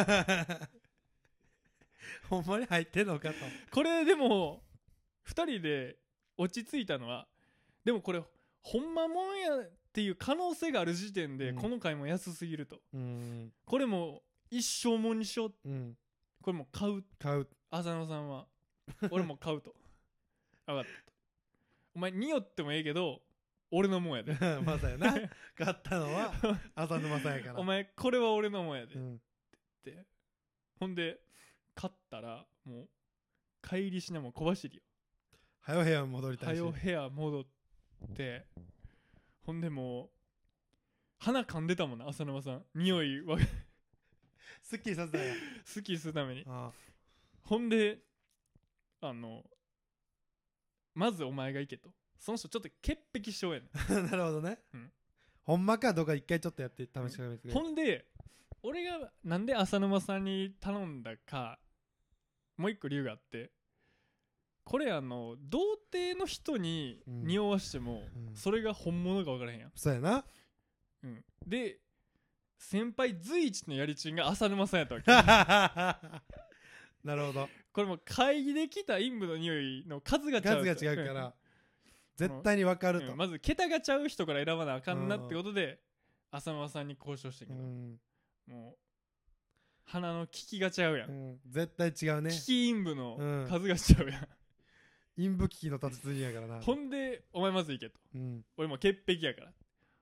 S2: ほんまに入ってんのかと。
S1: これ、でも、二人で落ち着いたのは、でもこれ、ほんまもんやっていう可能性がある時点で、
S2: うん
S1: この回も安すぎると。
S2: うん。
S1: これも、一生もんにしよう。
S2: うん。
S1: これもう買う。
S2: 買う。
S1: 浅野さんは俺も買うと分かったとお前によってもええけど俺のもんやで
S2: まさやな。買った のは浅沼さんやから。
S1: お前これは俺のもんやでっ
S2: うん。
S1: て、ほんで買ったらもう帰りしなもん小走りよ
S2: はよ部屋に戻りたいし
S1: 早。部屋戻ってほんでもう鼻噛んでたもんな浅沼さん匂いは
S2: すっきりさせたんや。
S1: 好きするために
S2: あ
S1: ほんであのまずお前が行けとその人ちょっと潔癖症やねん
S2: あ なるほどね
S1: うん。
S2: ほんまかどうか一回ちょっとやって試してみてくれ
S1: ほんで俺がなんで浅沼さんに頼んだかもう一個理由があってこれあの童貞の人に
S2: うん
S1: 匂わしても、
S2: うん
S1: それが本物か分からへんやん、
S2: そう やな。
S1: うん、で先輩随一のやりちんが浅沼さんやったわ け
S2: なるほど。
S1: これもう会議で来た陰部の匂いの数がちゃう
S2: 数が違うか
S1: ん
S2: ら、絶対に分かる
S1: う
S2: と
S1: ん。まず桁がちゃう人から選ばなあかんなってことで浅沼さんに交渉してん
S2: う
S1: けど、
S2: ん。
S1: もう鼻の利きがちゃうやん
S2: うん絶対違うね
S1: 危機陰部の
S2: うん
S1: 数がしちゃうやん、
S2: 陰部危機の達人やからな
S1: ほんでお前まず行けと
S2: うん
S1: 俺もう潔癖やから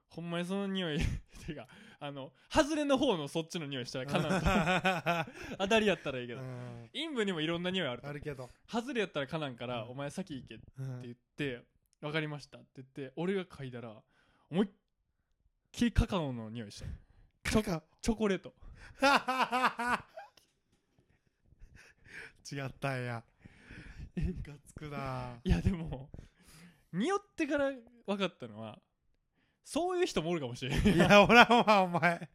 S1: ほんまにその匂い てかあの外れの方のそっちの匂いしたらか なんと当たりやったらいいけど、
S2: うん
S1: 陰部にもいろんな匂いあると
S2: あるけど
S1: 外れやったらかなんから、
S2: うん
S1: お前先行けって
S2: うん
S1: 言って分かりましたって言って俺が嗅いだら思いっきりカカオの匂いした
S2: カカ
S1: チョコレート
S2: 違ったんやムカつくない
S1: やで も匂ってから分かったのはそういう人もおるかもしれん
S2: いや俺はお前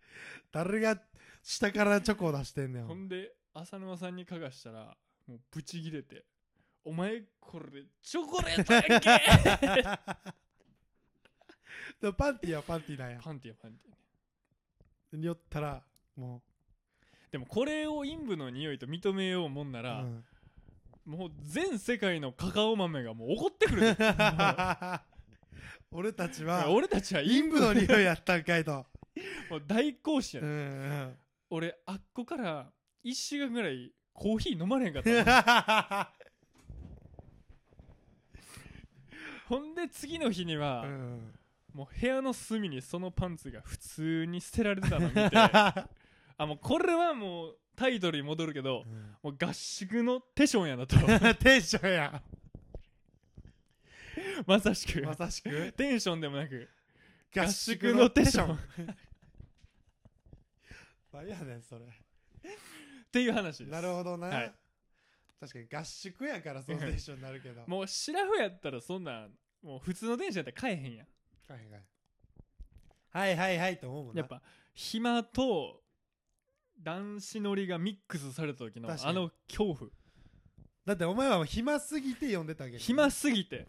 S2: 誰が下からチョコを出してんね
S1: ほん
S2: ん
S1: で浅沼さんにかがしたらもうブチギレて「お前これチョコレートやんけ!
S2: でもパンティーはパンティーなん」や
S1: パンティやパンティね
S2: によったらも
S1: でもこれを陰部の匂いと認めようもんな
S2: う、う
S1: ら、
S2: ん、
S1: もう全世界のカカオ豆がもう怒ってく るで
S2: 俺たちは
S1: 俺たちは陰
S2: 陰
S1: 部
S2: 部
S1: の
S2: の
S1: 匂
S2: 匂
S1: い
S2: いやったんかいと
S1: もう大講師や、、
S2: うんん
S1: 俺あっこから1週間ぐらいコーヒー飲まれへんかっ
S2: う
S1: た
S2: ん
S1: ほんで次の日には、
S2: うん
S1: もう部屋の隅にそのパンツが普通に捨てられてたの 見てあもうこれはもうタイトルに戻るけど、 もう合宿のテションやなと
S2: テンションや
S1: まさしく
S2: まさしく
S1: テンションでもなく
S2: 合
S1: 合
S2: 宿
S1: 宿
S2: の
S1: の
S2: テ
S1: テ
S2: ン
S1: ン
S2: シ
S1: シ
S2: ョ
S1: ョ
S2: ン。
S1: ン
S2: 何やねん、それ。
S1: っていう話です
S2: なるほどな。
S1: はい
S2: 確かに合宿やからそのテンションになるけど。
S1: もうシラフやったらそんなもう普通の電車やったら買えへんやん
S2: はいはい。はいはいはいと思うもんな。
S1: やっぱ暇と男子乗りがミックスされた時の
S2: 確かに
S1: あの恐怖
S2: だってお前はもう暇すぎて呼んでたわけどね
S1: 暇すぎて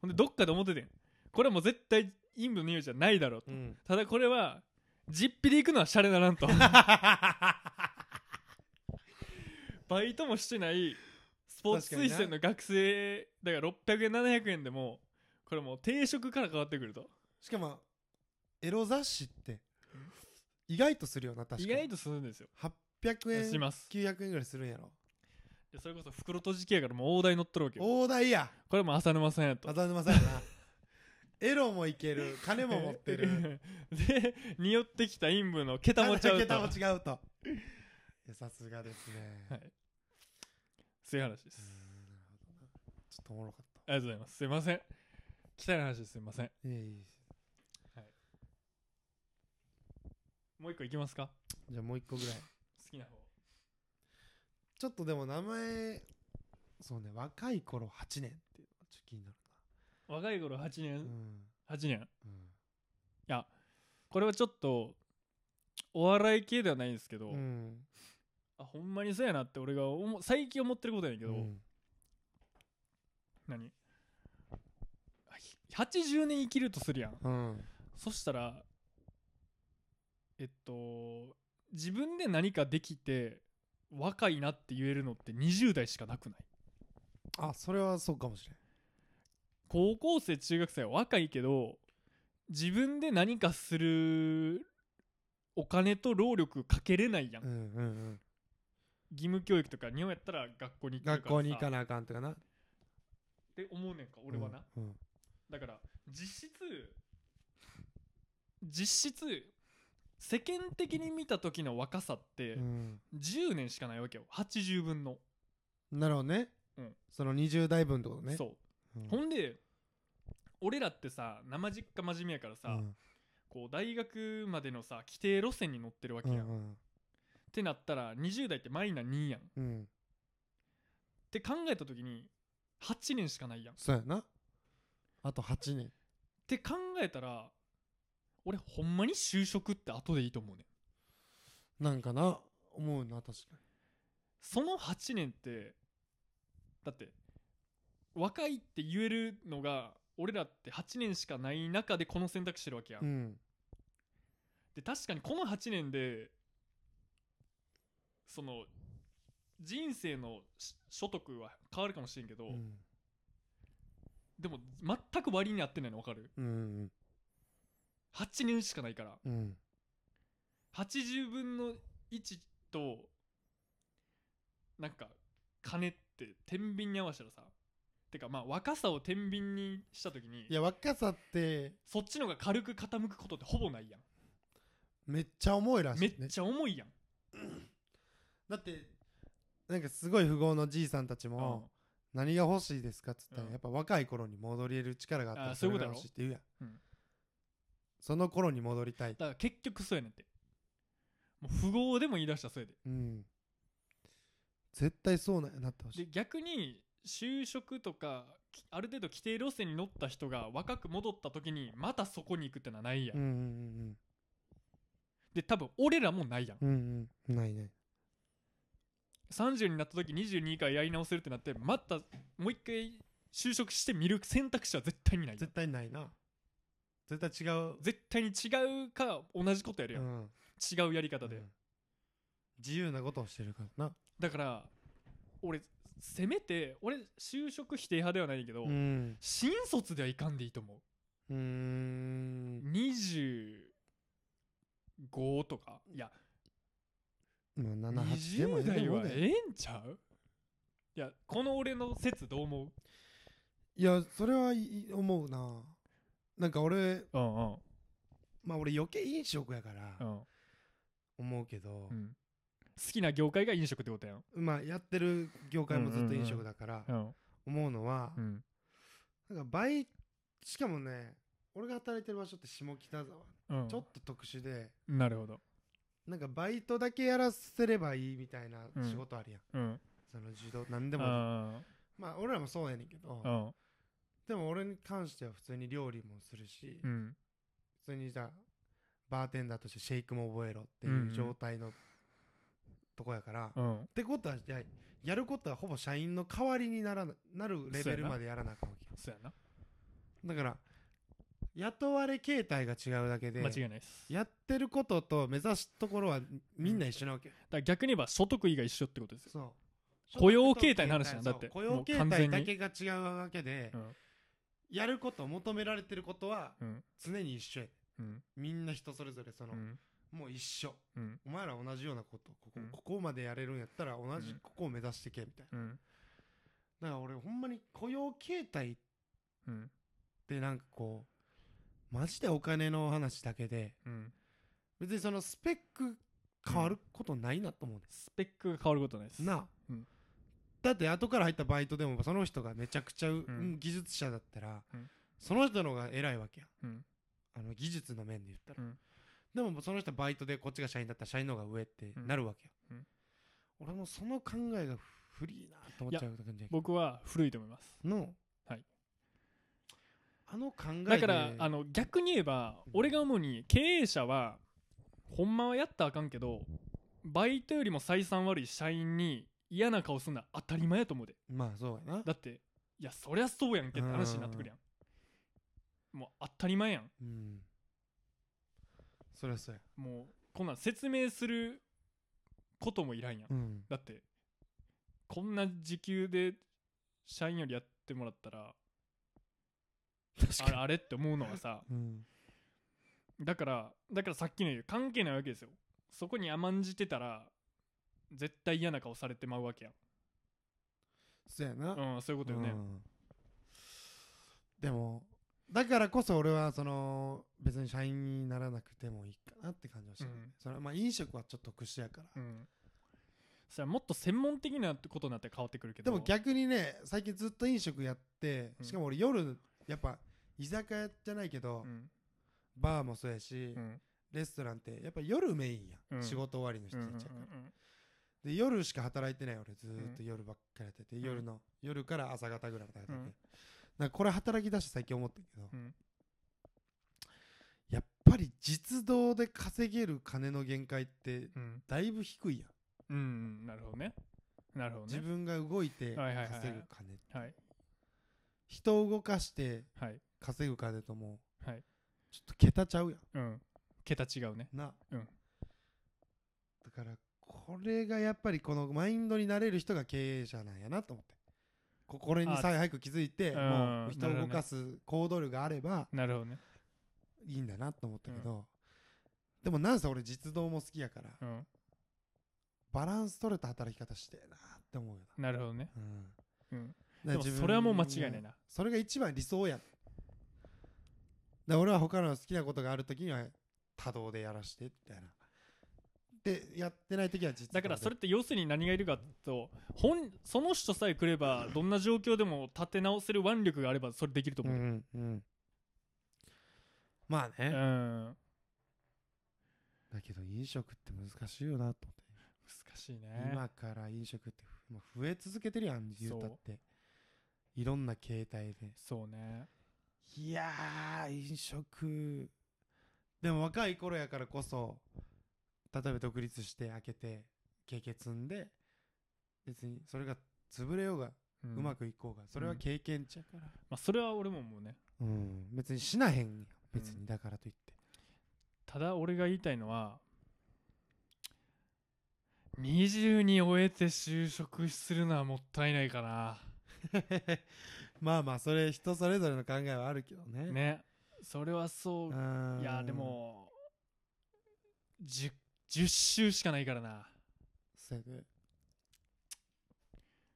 S1: ほんでどっかで思っててんこれはもう絶対陰部の匂いじゃないだろうと、
S2: うん。
S1: ただこれはじっぴり行くのはシャレならんと バイトもしてないスポーツ推薦の学生だから600円700円でもこれもう定食から変わってくると
S2: しかも、エロ雑誌って意外とするよな、確かに。
S1: 意外とするんですよ
S2: 800円、
S1: します
S2: 900円ぐらいするんやろ。
S1: でそれこそ袋閉じ系やからもう大台乗っとるわけよ
S2: 大台や。
S1: これも浅沼さんやと
S2: 浅沼さんやな。エロもいける、金も持ってる。
S1: で匂ってきた陰部の桁もちゃうと
S2: 桁も違うと。いやさすがですね。
S1: はいそういう話で
S2: うーん
S1: す
S2: なるほどなちょっとおもろかっ
S1: ありがとうございますすいません汚い話ですすいません
S2: た。いやいい
S1: もう一個いきますか
S2: じゃあもう一個ぐらい。
S1: 好きな方
S2: ちょっとでも名前、そうね、若い頃8年っていうのがちょっと気になる
S1: 若い頃8
S2: な。う
S1: 年
S2: ん。
S1: 8年
S2: うん
S1: これはちょっとお笑い系ではないんですけど、
S2: うん。
S1: あほんまにそうやなって俺が思う最近思ってることやねんけど、
S2: うん
S1: 何あひ80年生きるとするやん
S2: うん。
S1: そしたらえっと自分で何かできて若いなって言えるのって20代しかなくない
S2: あ、それはそうかもしれん。
S1: 高校生中学生は若いけど自分で何かするお金と労力かけれないやん、
S2: うんうんうん。
S1: 義務教育とか日本やったら学校に行ってる
S2: 学
S1: からさ
S2: 校に行かなあかんとかな。
S1: って思うねんか俺はな、
S2: うん。うん
S1: だから実質実質世間的に見た時の若さって
S2: うん
S1: 10年しかないわけよ80分の、
S2: なるほどね
S1: うん。
S2: その20代分ってことね。
S1: そう
S2: うん。
S1: ほんで俺らってさ生実家真面目やからさ、
S2: うん
S1: こう大学までのさ規定路線に乗ってるわけやん、
S2: う
S1: っ
S2: ん
S1: てなったら20代ってマイナ2やんっ
S2: うん。うん。
S1: て考えた時に8年しかないやんっ
S2: そうやな。あと8年。
S1: て考えたら俺ほんまに就職って後でいいと思うねん
S2: なんかな、思うな、確かに。
S1: その8年ってだって若いって言えるのが俺らって8年しかない中でこの選択してるわけや、、
S2: うんん。
S1: で確かにこの8年でその人生のし所得は変わるかもしれんけど、
S2: うん
S1: でも全く割に合ってないの分かる
S2: うんうん
S1: 8年しかないから
S2: うん
S1: 80分の1となんか金って天秤に合わせたらさてかまあ若さを天秤にした時に
S2: いや若さって
S1: そっちの方が軽く傾くことってほぼないやん、
S2: めっちゃ重いらしい、
S1: めっ
S2: ね、
S1: ちゃ重いやん、
S2: だってなんかすごい富豪のじいさんたち
S1: うん
S2: も、何が欲しいですかっつったら、
S1: うん
S2: やっぱ若い頃に戻れる力があったら
S1: あそういう
S2: れ
S1: こ
S2: が
S1: と
S2: 欲しいって言うやん
S1: やろうん
S2: その頃に戻りたい
S1: だから結局そうやねんってもう富豪でも言い出したそれで
S2: うん絶対そうなんやなってほしい
S1: で逆に就職とかきある程度規定路線に乗った人が若く戻った時にまたそこに行くってのはないやん、
S2: うんうん
S1: で多分俺らもないやん
S2: うんうんうんうんないね
S1: 30になった時22回やり直せるってなってまたもう一回就職してみる選択肢は絶対にないやん
S2: 絶対ないな絶対違う
S1: 絶対に違うか同じことやるやん、
S2: うん
S1: 違うやり方で、
S2: うん自由なことをしてるからな
S1: だから俺せめて俺就職否定派ではないけど、
S2: うん
S1: 新卒ではいかんでいいと思
S2: うー
S1: うん25とかいや
S2: まあ78でも
S1: 20
S2: ええ
S1: 代
S2: と思う
S1: は
S2: で
S1: ええんちゃういやこの俺の説どう思う
S2: いやそれはいい思うななんか俺
S1: うんうん
S2: まあ俺余計飲食やから
S1: うん、
S2: 思うけど
S1: う、ん、好きな業界が飲食ってことやん
S2: まあやってる業界もずっと飲食だから
S1: うん
S2: 思うのは、
S1: うん
S2: なんか倍しかもね俺が働いてる場所って下北沢
S1: うん
S2: ちょっと特殊で
S1: なるほど
S2: なんかバイトだけやらせればいいみたいな
S1: うん
S2: 仕事あるやん、
S1: うん
S2: その自動なんで
S1: で
S2: も
S1: も
S2: まあ俺らもそうやねんけど
S1: うん
S2: でも俺に関しては普通に料理もするし、
S1: うん
S2: 普通にじゃあバーテンダーとしてシェイクも覚えろって
S1: うんう
S2: い
S1: ん
S2: う状態のとこやから、っ
S1: うん
S2: てことはじゃあやることはほぼ社員の代わりにならななるレベルまでやらなあかんわけ
S1: そうやな
S2: だから雇われ形態が違うだけで
S1: 間違いないですだか
S2: やってることと目指すところはみんな一緒なわけよ、
S1: ら逆に言えば所得以外一緒ってことですよ
S2: そう
S1: 雇用形態の話なんだ
S2: そ
S1: っ
S2: う
S1: て
S2: 雇用形態だけが違うわけで、
S1: うん
S2: やること求められてることは
S1: うん
S2: 常に一緒や
S1: うん
S2: みんな人それぞれその、
S1: うん
S2: もう一緒
S1: うん
S2: お前ら同じようなことここ,、
S1: うん
S2: ここまでやれるんやったら同じ
S1: うん
S2: ここを目指してけみたいな、
S1: うん
S2: だから俺ほんまに雇用形態っ
S1: うん
S2: てなんかこうマジでお金の話だけで
S1: うん
S2: 別にそのスペック変わることないなと思うんです、
S1: スペックが変わることないです
S2: なあ、
S1: うん
S2: だって後から入ったバイトでもその人がめちゃくちゃう、
S1: ん
S2: 技術者だったら、
S1: うん
S2: その人の方が偉いわけや
S1: うん
S2: あの技術の面で言ったら、
S1: うん
S2: でもその人はバイトでこっちが社員だったら社員の方が上ってなるわけや、
S1: うんうん
S2: 俺もその考えがフリーなと思っちゃう感じやけ
S1: 僕は古いと思います
S2: どの、
S1: はい
S2: あの考えで
S1: だからあの逆に言えば
S2: うん
S1: 俺が思うに経営者はほんまはやったらあかんけどバイトよりも採算悪い社員に嫌な顔すんのは当たり前やと思うで
S2: まあそうやな
S1: だっていやそりゃそうやんけって話になってくるやんもう当たり前やん
S2: うんそりゃそうや
S1: もうこんなん説明することもいらんやん
S2: うん
S1: だってこんな時給で社員よりやってもらったらあ
S2: 確
S1: れあれって思うのはさ
S2: うん
S1: だからだからさっきの言う関係ないわけですよそこに甘んじてたら絶対嫌な顔されてまうわけや
S2: そうやな、
S1: んうんそういうことよね
S2: うんでもだからこそ俺はその別に社員にならなくてもいいかなって感じはしてる、
S1: うん
S2: それはまあ飲食はちょっと特殊やから、
S1: うん、そしたらもっと専門的なことになって変わってくるけ
S2: で
S1: ど
S2: も逆にね最近ずっと飲食やって
S1: うん
S2: しかも俺夜やっぱ居酒屋じゃないけど、
S1: うん
S2: バーもそうやし、
S1: うん
S2: レストランってやっぱ夜メインや、
S1: うん
S2: ん、仕事終わりの人
S1: うんうん
S2: たちやから、で夜しか働いてない俺ずーっと
S1: う
S2: 夜ばっかりやってて、
S1: ん
S2: 夜の夜から朝方ぐらいまで働いて
S1: う
S2: て、
S1: ん
S2: なんかこれ働き出して最近思ったけど、
S1: うん
S2: やっぱり実動で稼げる金の限界って
S1: うんうん
S2: だいぶ低いやん、
S1: うんうんなるほどねなるほど
S2: 自
S1: ね
S2: 分が動いて
S1: はいはいはいはい
S2: 稼ぐ金
S1: はい
S2: 人を動かして
S1: はい
S2: 稼ぐ金ともう
S1: はい
S2: ちょっと桁ちゃうや
S1: うん桁違うね
S2: んな、
S1: うん
S2: だからこれがやっぱりこのマインドになれる人が経営者なんやなと思ってここれにさえ早く気づいて
S1: うん
S2: もう
S1: な
S2: 人
S1: るほ
S2: を
S1: どね
S2: 動かす行動力があれば
S1: なるほどね
S2: いいんだなと思ったけど、でもなんせ俺実動も好きやから、
S1: うん
S2: バランス取れた働き方してえなって思うよ
S1: なるほどね
S2: な、
S1: うん
S2: だから
S1: でも
S2: 自分
S1: それはもう間違いないな
S2: それが一番理想やんだから俺は他の好きなことがある時には多動でやらしてみたいなでやってない時は実動で
S1: だからそれって要するに何がいるかっていうと本その人さえ来ればどんな状況でも立て直せる腕力があればそれできると
S2: う
S1: 思う、うん
S2: んうんまあね、だけど飲食って難しいよなと思って
S1: 難しいね
S2: 今から飲食ってもう増え続けてるやん言うたっていろんな形態で
S1: そうね
S2: いやー飲食でも若い頃やからこそ例えば独立して開けて経験積んで別にそれが潰れようが
S1: うん
S2: うまくいこうが、それは経験値やから、
S1: まあ、それは俺ももうね
S2: うん、別にしなへんよ別
S1: うん
S2: にだからといって、
S1: ただ俺が言いたいのは20に終えて就職するのはもったいないかな
S2: まあまあそれ人それぞれの考えはあるけどね
S1: ねそれはそう
S2: うん
S1: いやでも 10, 10周しかないからな
S2: それで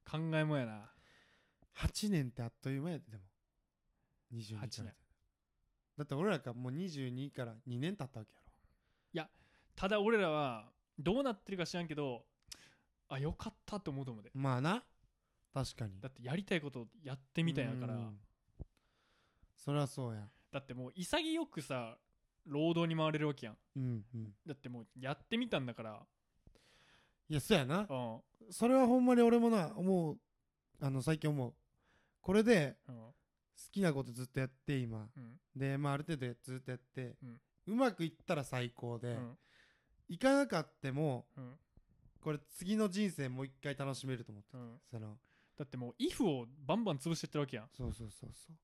S1: 考えもやな
S2: 8年ってあっという間やででも22から
S1: 8年
S2: だって俺らがもう22から2年経ったわけやろ
S1: ただ俺らはどうなってるか知らんけどあよかったって思うと思うで
S2: まあな確かに
S1: だってやりたいことやってみたいやから
S2: うんそりゃそうや
S1: だってもう潔くさ労働に回れるわけやん
S2: うんうん
S1: だってもうやってみたんだから
S2: いやそうやな
S1: うん
S2: それはほんまに俺もな思うあの最近思うこれで
S1: うん
S2: 好きなことずっとやって今
S1: うん
S2: でまあある程度ずっとやって、
S1: うん
S2: うまくいったら最高で、
S1: うん
S2: いかなかっても
S1: うん
S2: これ次の人生もう一回楽しめると思って
S1: うん
S2: その
S1: だってもう「if」をバンバン潰してってるわけやん
S2: そうそうそうそう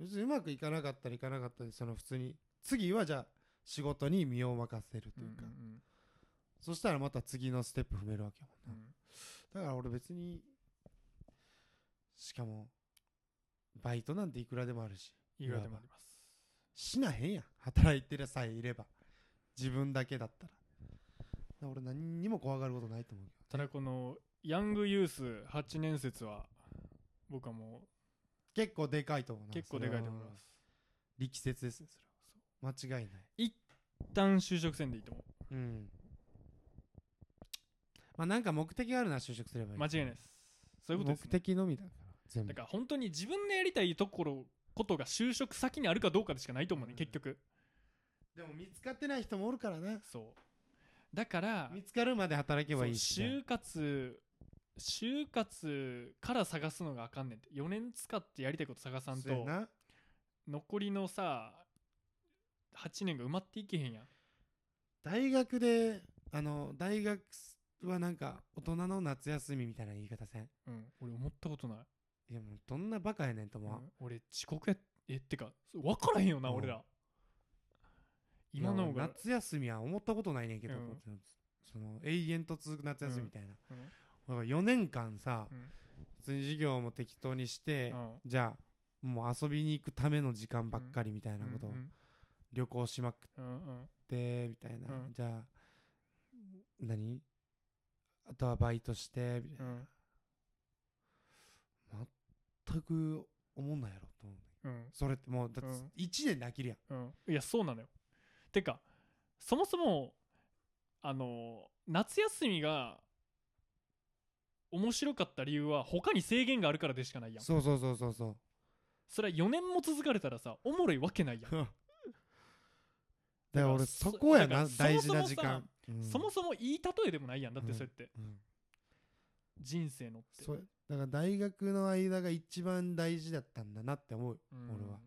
S2: 別にうまくいかなかったらいかなかったでその普通に次はじゃあ仕事に身を任せると
S1: う
S2: い
S1: ん
S2: う
S1: う
S2: か、
S1: ん
S2: そしたらまた次のステップ踏めるわけや
S1: う
S2: もん
S1: ん
S2: なだから俺別にしかもバイトなんていくらでもあるし
S1: いくらでもあります
S2: しなへんやん働いてるさえいれば自分だけだったらだから俺何にも怖がることないと思うけ
S1: ただこのヤングユース8年説は僕はも
S2: ど結構でかいと思う
S1: う
S2: な
S1: 結構でかいと思い
S2: それ
S1: ま
S2: は
S1: す
S2: 力説ですねそれは間違いない
S1: 一旦就職せんでいいと思
S2: うんまあなんか目的があるなら就職すればいうい
S1: 間違いないですそういうことです、
S2: 目
S1: ね、
S2: 的のみだから全
S1: だ
S2: 部
S1: から本当に自分のやりたいところことが就職先にあるかどうかでしかないと思うね、
S2: うん
S1: 結局
S2: でも見つかってない人もおるからな
S1: そうだから
S2: 見つかるまで働けばいいし
S1: そう
S2: ね、
S1: 就活就活から探すのがあかんねんって4年使ってやりたいこと探さん
S2: そうや
S1: と
S2: な
S1: 残りのさ8年が埋まっていけへんやん
S2: 大学であの大学はなんか大人の夏休みみたいな言い方せん
S1: うん俺思ったことない、
S2: いやもうどんなバカやねんと思う、
S1: うん俺遅刻やえってかそう分からへんよな
S2: うん
S1: 俺ら今の方
S2: いや
S1: が
S2: 俺夏休みは思ったことないねんけど、
S1: うん
S2: その永遠と続く夏休みみたいな、
S1: うん
S2: だから4年間さ、
S1: うん
S2: 普通に授業も適当にして、
S1: うん
S2: じゃあもう遊びに行くための時間ばっかりみたいなことを、
S1: うん
S2: 旅行しまくっ
S1: うんうん
S2: てみたいな、
S1: うん
S2: じゃあ何あとはバイトしてみたい
S1: うん
S2: な、全く思んないやろと思
S1: う
S2: う
S1: ん
S2: それってもうだっ
S1: う
S2: て
S1: ん
S2: 1年で飽きるやん、
S1: うん、いやそうなのよてかそもそもあの夏休みが面白かった理由は他に制限があるからでしかないやん
S2: そうそうそうそ うそう
S1: それは4年も続かれたらさおもろいわけないやん、
S2: だから俺そこやな
S1: だから
S2: 大
S1: そ
S2: 事な時間うん
S1: そもそもいい例えでもないやんだってそうやって、
S2: うん
S1: 人生のって
S2: そうだから大学の間が一番大事だったんだなって思う
S1: うん
S2: 俺は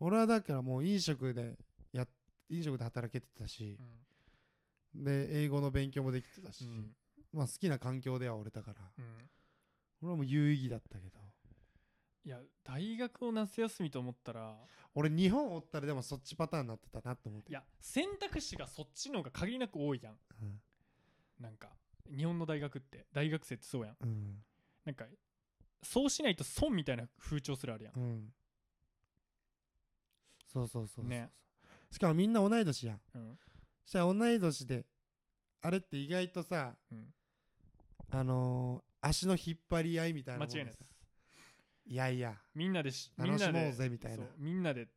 S2: 俺はだからもう飲食でやっ飲食で働けてたし
S1: う、
S2: で英語の勉強もできてたし、
S1: んうん
S2: まあ好きな環境では俺だから
S1: うん
S2: 俺はもう有意義だったけど
S1: いや大学を夏休みと思ったら
S2: 俺日本おったらでもそっちパターンになってたなって思って
S1: いや選択肢がそっちの方が限りなく多いやん
S2: うん
S1: なんか日本の大学って大学生ってそうやん
S2: うん
S1: なんかそうしないと損みたいな風潮するあるやん、
S2: うんそうそうそうそうそう
S1: ね
S2: しかもみんな同い年やん
S1: うん
S2: そしたら同い年であれって意外とさ
S1: うん
S2: あのー足の引っ張り合いみたいな
S1: 間
S2: も
S1: 違い
S2: ん
S1: ないです
S2: さいやいや
S1: みんなでしみん
S2: 楽し
S1: な
S2: もう
S1: で
S2: ぜみたい
S1: そ
S2: な
S1: うみんなで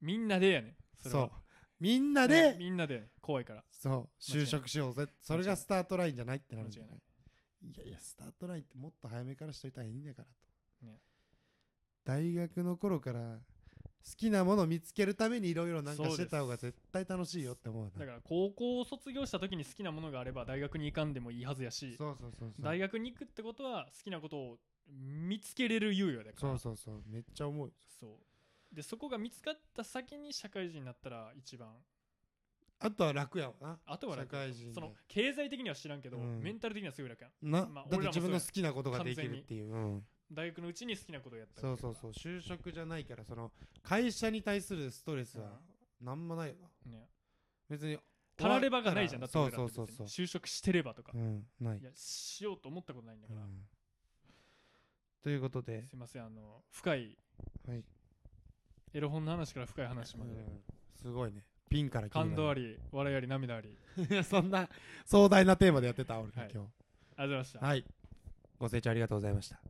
S1: みんなでやねん
S2: そう
S1: れは
S2: みんな
S1: うん
S2: で
S1: みんなで怖いから
S2: そう
S1: 間違いない
S2: 就職しようぜそれがスタートラインじゃないってなるんじゃない
S1: 間違
S2: いやいやスタートラインってもっと早めからしといたらいいんだからと、
S1: ね
S2: 大学の頃から好きなものを見つけるためにいろいろなんかしてた方が絶対楽しいよって思う
S1: だ
S2: な
S1: から高校を卒業した時に好きなものがあれば大学に行かんでもいいはずやし
S2: そうそうそうそう
S1: 大学に行くってことは好きなことを見つけれる猶予だから
S2: そうそうそうめっちゃ重い
S1: そうでそこが見つかった先に社会人になったら一番
S2: あとは楽やわな
S1: あとはなんか
S2: 社会人で
S1: その経済的には知らんけど、
S2: うん
S1: メンタル的にはすごい楽やん
S2: な、
S1: まあ
S2: だっ
S1: 俺ら
S2: て
S1: も
S2: 自
S1: そう
S2: 分
S1: や
S2: の好きなことができるっていう、うん
S1: 大学のうちに好きなことをやった
S2: そうそうそう就職じゃないからその会社に対するストレスはなんもないよな
S1: うね
S2: 別に
S1: たらればがないじゃんだって
S2: そ
S1: 俺
S2: う
S1: らって
S2: そう
S1: 別
S2: そ
S1: に
S2: うそう
S1: 就職してればとか、
S2: うんない
S1: いやしようと思ったことないんだから、
S2: うんということです
S1: いませんあの深い
S2: はい、
S1: エロ本の話から深い話まで、
S2: うんすごいねピンから
S1: 感動あ
S2: り
S1: り笑いあり涙あり
S2: そんな壮大なテーマでやってた俺ら今
S1: あ
S2: 日
S1: りがとうございました
S2: はい、ご清聴ありがとうございました